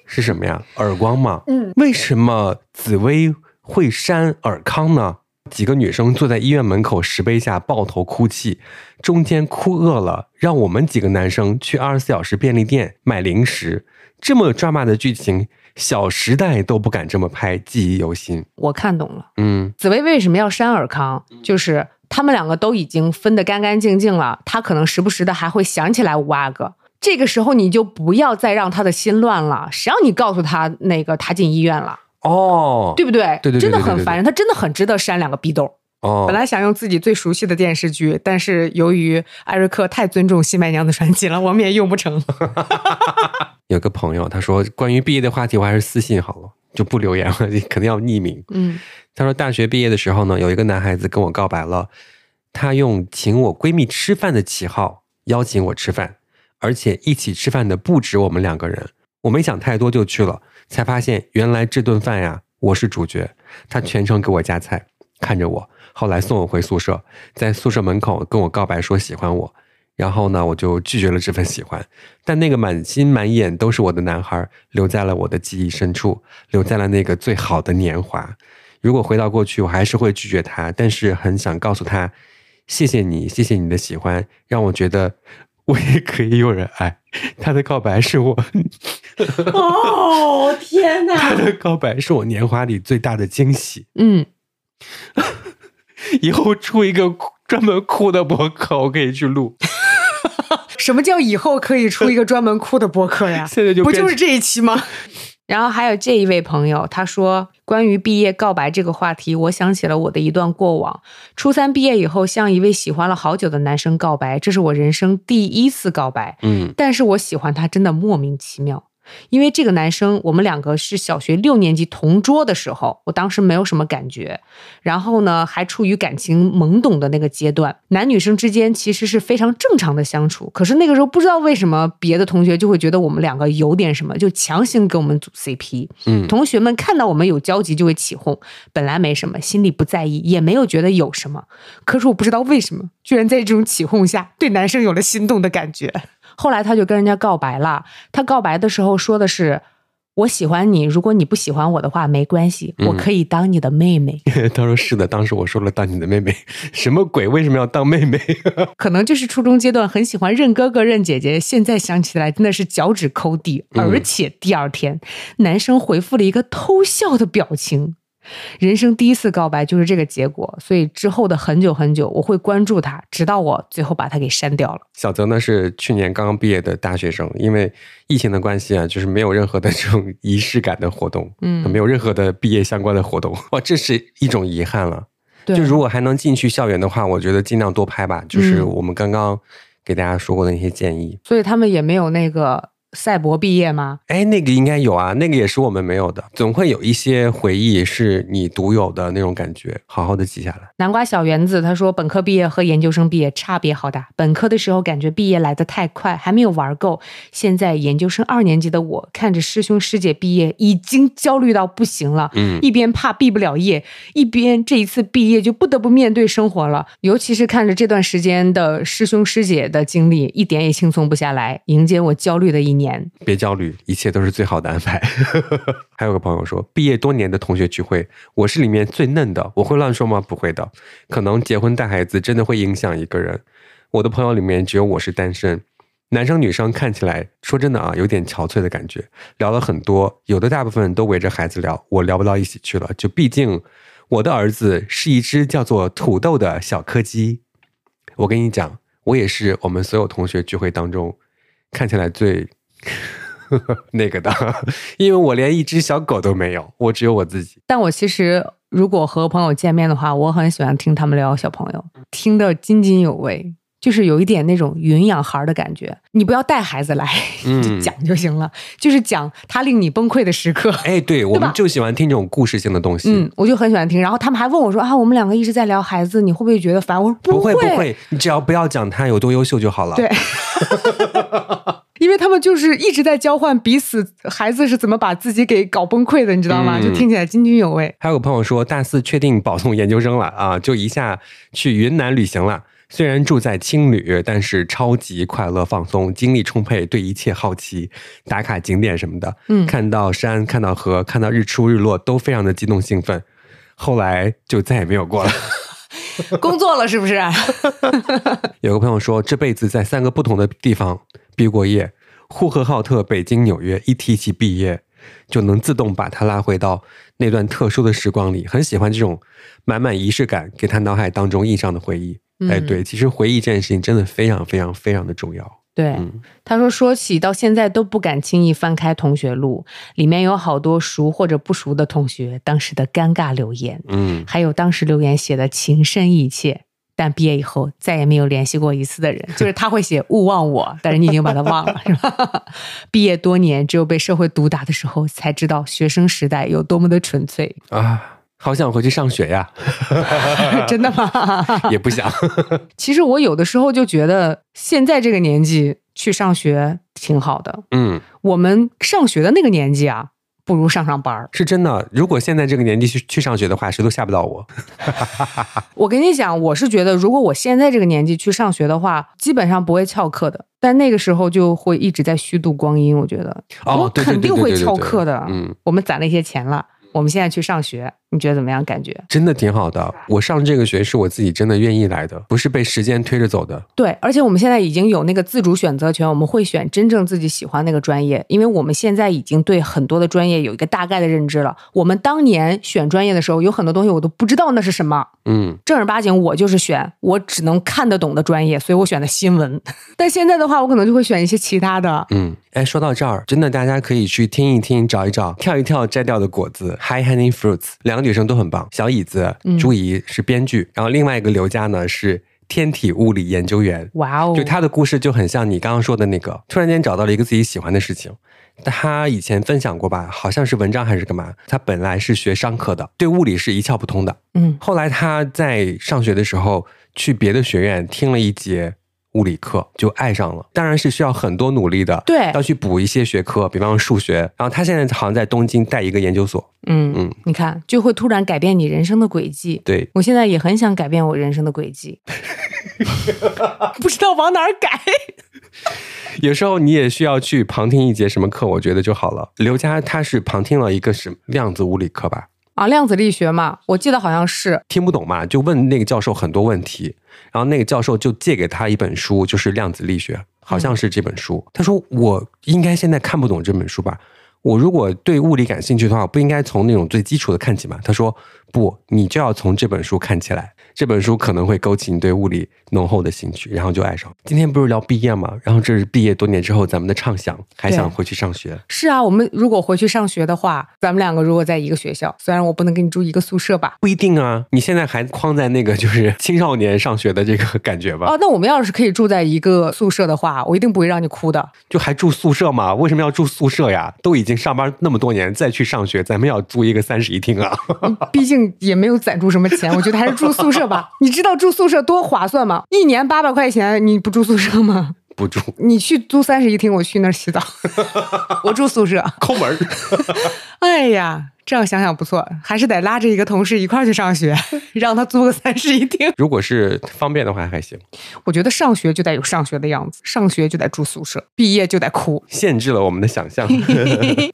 [SPEAKER 1] 是什么呀？耳光吗？
[SPEAKER 2] 嗯，
[SPEAKER 1] 为什么紫薇会扇尔康呢？几个女生坐在医院门口石碑下抱头哭泣，中间哭饿了，让我们几个男生去二十四小时便利店买零食。这么 drama 的剧情，《小时代》都不敢这么拍，记忆犹新。
[SPEAKER 2] 我看懂了。
[SPEAKER 1] 嗯，
[SPEAKER 2] 紫薇为什么要删尔康？就是他们两个都已经分得干干净净了，他可能时不时的还会想起来五阿哥。这个时候你就不要再让他的心乱了，谁让你告诉他那个他进医院了，
[SPEAKER 1] 哦，
[SPEAKER 2] 对不对？
[SPEAKER 1] 对对对对
[SPEAKER 2] 真的
[SPEAKER 1] 对对
[SPEAKER 2] 很
[SPEAKER 1] 对
[SPEAKER 2] 烦人，他真的很值得扇两个逼斗。
[SPEAKER 1] 哦
[SPEAKER 2] 本，来想用自己最熟悉的电视剧，但是由于艾瑞克太尊重《新白娘子传奇》了，我们也用不成。
[SPEAKER 1] 有个朋友他说，关于毕业的话题，我还是私信好了，就不留言了， <laughs> 肯定要匿名。
[SPEAKER 2] 嗯，
[SPEAKER 1] 他说大学毕业的时候呢，有一个男孩子跟我告白了，他用请我闺蜜吃饭的旗号邀请我吃饭，而且一起吃饭的不止我们两个人。我没想太多就去了，才发现原来这顿饭呀，我是主角。他全程给我夹菜，看着我，后来送我回宿舍，在宿舍门口跟我告白说喜欢我。然后呢，我就拒绝了这份喜欢，但那个满心满眼都是我的男孩，留在了我的记忆深处，留在了那个最好的年华。如果回到过去，我还是会拒绝他，但是很想告诉他，谢谢你，谢谢你的喜欢，让我觉得我也可以有人爱。他的告白是我，
[SPEAKER 6] 哦，天
[SPEAKER 1] <laughs> 他
[SPEAKER 6] 哪！
[SPEAKER 1] 的告白是我年华里最大的惊喜。
[SPEAKER 2] 嗯，
[SPEAKER 1] 以后出一个专门哭的博客，我可以去录。
[SPEAKER 2] 什么叫以后可以出一个专门哭的播客呀？
[SPEAKER 1] 现在就
[SPEAKER 2] 不
[SPEAKER 1] 变
[SPEAKER 2] 就是这一期吗？ <laughs> 然后还有这一位朋友，他说关于毕业告白这个话题，我想起了我的一段过往。初三毕业以后，向一位喜欢了好久的男生告白，这是我人生第一次告白，
[SPEAKER 1] 嗯
[SPEAKER 2] 但是我喜欢他真的莫名其妙。因为这个男生，我们两个是小学六年级同桌的时候，我当时没有什么感觉，然后呢，还处于感情懵懂的那个阶段，男女生之间其实是非常正常的相处。可是那个时候不知道为什么，别的同学就会觉得我们两个有点什么，就强行给我们组 CP。
[SPEAKER 1] 嗯，
[SPEAKER 2] 同学们看到我们有交集就会起哄，本来没什么，心里不在意，也没有觉得有什么。可是我不知道为什么，居然在这种起哄下，对男生有了心动的感觉。后来他就跟人家告白了，他告白的时候说的是。我喜欢你，如果你不喜欢我的话，没关系，我
[SPEAKER 1] 嗯
[SPEAKER 2] 可以当你的妹妹。
[SPEAKER 1] <laughs> 他说是的，当时我说了当你的妹妹，什么鬼？为什么要当妹妹？
[SPEAKER 2] 可能就是初中阶段很喜欢认哥哥认姐姐，现在想起来真的是脚趾抠地。
[SPEAKER 1] 嗯
[SPEAKER 2] 而且第二天，男生回复了一个偷笑的表情。人生第一次告白就是这个结果，所以之后的很久很久，我会关注他，直到我最后把他给删掉了。
[SPEAKER 1] 小泽呢是去年刚刚毕业的大学生，因为疫情的关系啊，就是没有任何的这种仪式感的活动，
[SPEAKER 2] 嗯
[SPEAKER 1] 没有任何的毕业相关的活动，哇，这是一种遗憾了。
[SPEAKER 2] 对
[SPEAKER 1] 就如果还能进去校园的话，我觉得尽量多拍吧，
[SPEAKER 2] 嗯
[SPEAKER 1] 就是我们刚刚给大家说过的那些建议。
[SPEAKER 2] 所以他们也没有那个赛博毕业吗？
[SPEAKER 1] 哎，那个应该有啊，那个也是我们没有的，总会有一些回忆是你独有的那种感觉，好好的记下来。
[SPEAKER 2] 南瓜小圆子他说，本科毕业和研究生毕业差别好大。本科的时候感觉毕业来得太快，还没有玩够。现在研究生二年级的我，看着师兄师姐毕业，已经焦虑到不行
[SPEAKER 1] <laughs>
[SPEAKER 2] 了。
[SPEAKER 1] 嗯，
[SPEAKER 2] 一边怕毕不了业，一边这一次毕业就不得不面对生活了。尤其是看着这段时间的师兄师姐的经历，一点也轻松不下来，迎接我焦虑的一年。
[SPEAKER 1] 别焦虑，一切都是最好的安排。 <laughs> 还有个朋友说，毕业多年的同学聚会，我是里面最嫩的，我会乱说吗？不会的，可能结婚带孩子真的会影响一个人。我的朋友里面只有我是单身，男生女生看起来，说真的啊，有点憔悴的感觉。聊了很多，有的大部分人都围着孩子聊，我聊不到一起去了。就毕竟我的儿子是一只叫做土豆的小柯基。我跟你讲，我也是我们所有同学聚会当中看起来最 <laughs> 那个的，因为我连一只小狗都没有，我只有我自己。
[SPEAKER 2] 但我其实如果和朋友见面的话，我很喜欢听他们聊小朋友，听得津津有味，就是有一点那种云养孩儿的感觉。你不要带孩子来， <laughs>
[SPEAKER 1] 嗯
[SPEAKER 2] 就讲就行了，就是讲他令你崩溃的时刻。
[SPEAKER 1] 哎，对，我们就喜欢听这种故事性的东西。
[SPEAKER 2] 嗯，我就很喜欢听。然后他们还问我说啊，我们两个一直在聊孩子，你会不会觉得烦？我说
[SPEAKER 1] 不
[SPEAKER 2] 会
[SPEAKER 1] 会不会，你只要不要讲他有多优秀就好了。
[SPEAKER 2] 对，因为他们就是一直在交换彼此孩子是怎么把自己给搞崩溃的，你知道吗？
[SPEAKER 1] 嗯
[SPEAKER 2] 就听起来津津有味。
[SPEAKER 1] 还有个朋友说，大四确定保送研究生了啊，就一下去云南旅行了。虽然住在青旅，但是超级快乐放松，精力充沛，对一切好奇，打卡景点什么的，
[SPEAKER 2] 嗯
[SPEAKER 1] 看到山，看到河，看到日出日落，都非常的激动兴奋。后来就再也没有过了。
[SPEAKER 2] 工作了是不啊是？
[SPEAKER 1] 嗯有个朋友说，这辈子在三个不同的地方毕过业，呼和浩特、北京、纽约，一提起毕业，就能自动把他拉回到那段特殊的时光里。很喜欢这种满满仪式感给他脑海当中印上的回忆。哎，
[SPEAKER 2] 嗯
[SPEAKER 1] 对，其实回忆这件事情真的非常非常非常的重要。
[SPEAKER 2] 对，
[SPEAKER 1] 嗯
[SPEAKER 2] 他说说起到现在都不敢轻易翻开同学录，里面有好多熟或者不熟的同学当时的尴尬留言，
[SPEAKER 1] 嗯，
[SPEAKER 2] 还有当时留言写的情深意切。但毕业以后再也没有联系过一次的人，就是他会写勿忘我，但是你已经把他忘了，是吧？ <laughs> 毕业多年，只有被社会毒打的时候，才知道学生时代有多么的纯粹。
[SPEAKER 1] 啊，好想回去上学
[SPEAKER 2] <laughs>
[SPEAKER 1] 呀，
[SPEAKER 2] 真的吗？ <laughs>
[SPEAKER 1] 也不想。
[SPEAKER 2] 其实我有的时候就觉得，现在这个年纪去上学挺好的，
[SPEAKER 1] 嗯，
[SPEAKER 2] 我们上学的那个年纪啊，不如上上班儿。
[SPEAKER 1] 是真的。如果现在这个年纪去去上学的话，谁都吓不到我。
[SPEAKER 2] 我跟你讲，我是觉得，如果我现在这个年纪去上学的话，基本上不会翘课的。但那个时候就会一直在虚度光阴，我觉得
[SPEAKER 1] 哦
[SPEAKER 2] 我
[SPEAKER 1] 对对
[SPEAKER 2] 肯
[SPEAKER 1] 对
[SPEAKER 2] 定
[SPEAKER 1] 对
[SPEAKER 2] 会
[SPEAKER 1] 对对
[SPEAKER 2] 翘
[SPEAKER 1] 对
[SPEAKER 2] 课的。
[SPEAKER 1] 嗯
[SPEAKER 2] 我们攒了一些钱了，我们现在去上学，你觉得怎么样？感觉
[SPEAKER 1] 真的挺好的。我上这个学是我自己真的愿意来的，不是被时间推着走的。
[SPEAKER 2] 对，而且我们现在已经有那个自主选择权，我们会选真正自己喜欢那个专业，因为我们现在已经对很多的专业有一个大概的认知了。我们当年选专业的时候，有很多东西我都不知道那是什么。
[SPEAKER 1] 嗯，
[SPEAKER 2] 正儿八经，我就是选我只能看得懂的专业，所以我选的新闻。 <laughs> 但现在的话，我可能就会选一些其他的。
[SPEAKER 1] 嗯，哎，说到这儿，真的大家可以去听一听、找一找、跳一跳摘掉的果子，High Hanging Fruits，两个女生都很棒。小椅子
[SPEAKER 2] 嗯
[SPEAKER 1] 朱怡是编剧，然后另外一个刘佳呢是天体物理研究员。
[SPEAKER 2] 哇哦
[SPEAKER 1] 就！她的故事就很像你刚刚说的那个，突然间找到了一个自己喜欢的事情。她以前分享过吧，好像是文章还是干嘛？她本来是学商科的，对物理是一窍不通的。
[SPEAKER 2] 嗯，
[SPEAKER 1] 后来他在上学的时候去别的学院听了一节物理课，就爱上了。当然是需要很多努力的，
[SPEAKER 2] 对
[SPEAKER 1] 要去补一些学科，比方说数学。然后他现在好像在东京带一个研究所，
[SPEAKER 2] 嗯
[SPEAKER 1] 嗯
[SPEAKER 2] 嗯，你看，就会突然改变你人生的轨迹。
[SPEAKER 1] 对。
[SPEAKER 2] 我现在也很想改变我人生的轨迹，不知道往哪儿改。
[SPEAKER 1] 有时候你也需要去旁听一节什么课，我觉得就好了。刘佳他是旁听了一个什么量子物理课吧，
[SPEAKER 2] 啊，量子力学嘛，我记得好像是，
[SPEAKER 1] 听不懂嘛，就问那个教授很多问题，然后那个教授就借给他一本书，就是《量子力学》，好像是这本书。他说：“我应该现在看不懂这本书吧？我如果对物理感兴趣的话，我不应该从那种最基础的看起嘛？”他说：“不，你就要从这本书看起来。这本书可能会勾起你对物理浓厚的兴趣，然后就爱上。”今天不是聊毕业嘛，然后这是毕业多年之后咱们的畅想，还想回去上学。
[SPEAKER 2] 是啊，我们如果回去上学的话，咱们两个如果在一个学校，虽然我不能跟你住一个宿舍吧，
[SPEAKER 1] 不一定啊，你现在还框在那个就是青少年上学的这个感觉吧？
[SPEAKER 2] 哦，那我们要是可以住在一个宿舍的话，我一定不会让你哭的。
[SPEAKER 1] 就还住宿舍吗？为什么要住宿舍呀？都已经上班那么多年，再去上学，咱们要租一个三室一厅啊！ <laughs>
[SPEAKER 2] 毕竟也没有攒住什么钱，我觉得还是住宿舍 <laughs> 吧。你知道住宿舍多划算吗？一年八百块钱，你不住宿舍吗？ <laughs>
[SPEAKER 1] 不住，
[SPEAKER 2] 你去租三室一厅，我去那儿 <laughs> 洗澡，我住宿舍。
[SPEAKER 1] 抠门儿。
[SPEAKER 2] 哎呀，这样想想不错，还是得拉着一个同事一块儿去上学， <laughs> 让他租个三室一
[SPEAKER 1] <laughs>
[SPEAKER 2] 厅。
[SPEAKER 1] 如果是方便的话还行，
[SPEAKER 2] 我觉得上学就得有上学的样子，上学就得住宿舍，毕业就得哭。
[SPEAKER 1] 限制了我们的想 <laughs> 象。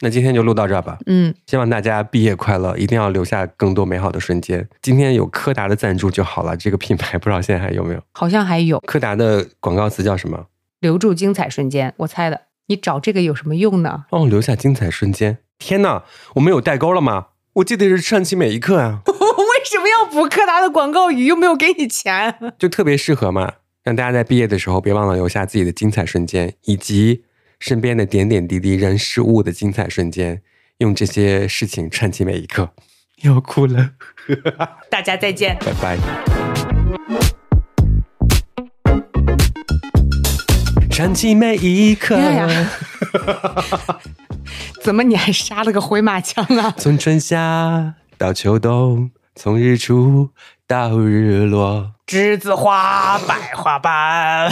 [SPEAKER 1] 那今天就录到这儿吧，
[SPEAKER 2] 嗯，
[SPEAKER 1] 希望大家毕业快乐，一定要留下更多美好的瞬间。今天有柯达的赞助就好了，这个品牌不知道现在还有没有？
[SPEAKER 2] 好像还有
[SPEAKER 1] 柯达的广告词叫什么？
[SPEAKER 2] 留住精彩瞬间，我猜的。你找这个有什么用呢？
[SPEAKER 1] 哦，留下精彩瞬间。天呐，我们有代沟了吗？我记得是趁其每一刻啊。
[SPEAKER 2] 我为什么要补柯达的广告语？又没有给你钱。
[SPEAKER 1] 就特别适合嘛，让大家在毕业的时候别忘了留下自己的精彩瞬间，以及身边的点点滴滴、人事物的精彩瞬间，用这些事情串起每一刻。要哭了，
[SPEAKER 2] 大家再见。
[SPEAKER 1] 拜拜。串起每一刻，
[SPEAKER 2] 哎呀 <laughs> 怎么你还杀了个回马枪啊？
[SPEAKER 1] 从春夏到秋冬，从日出到日落。
[SPEAKER 2] 栀子花，百花瓣。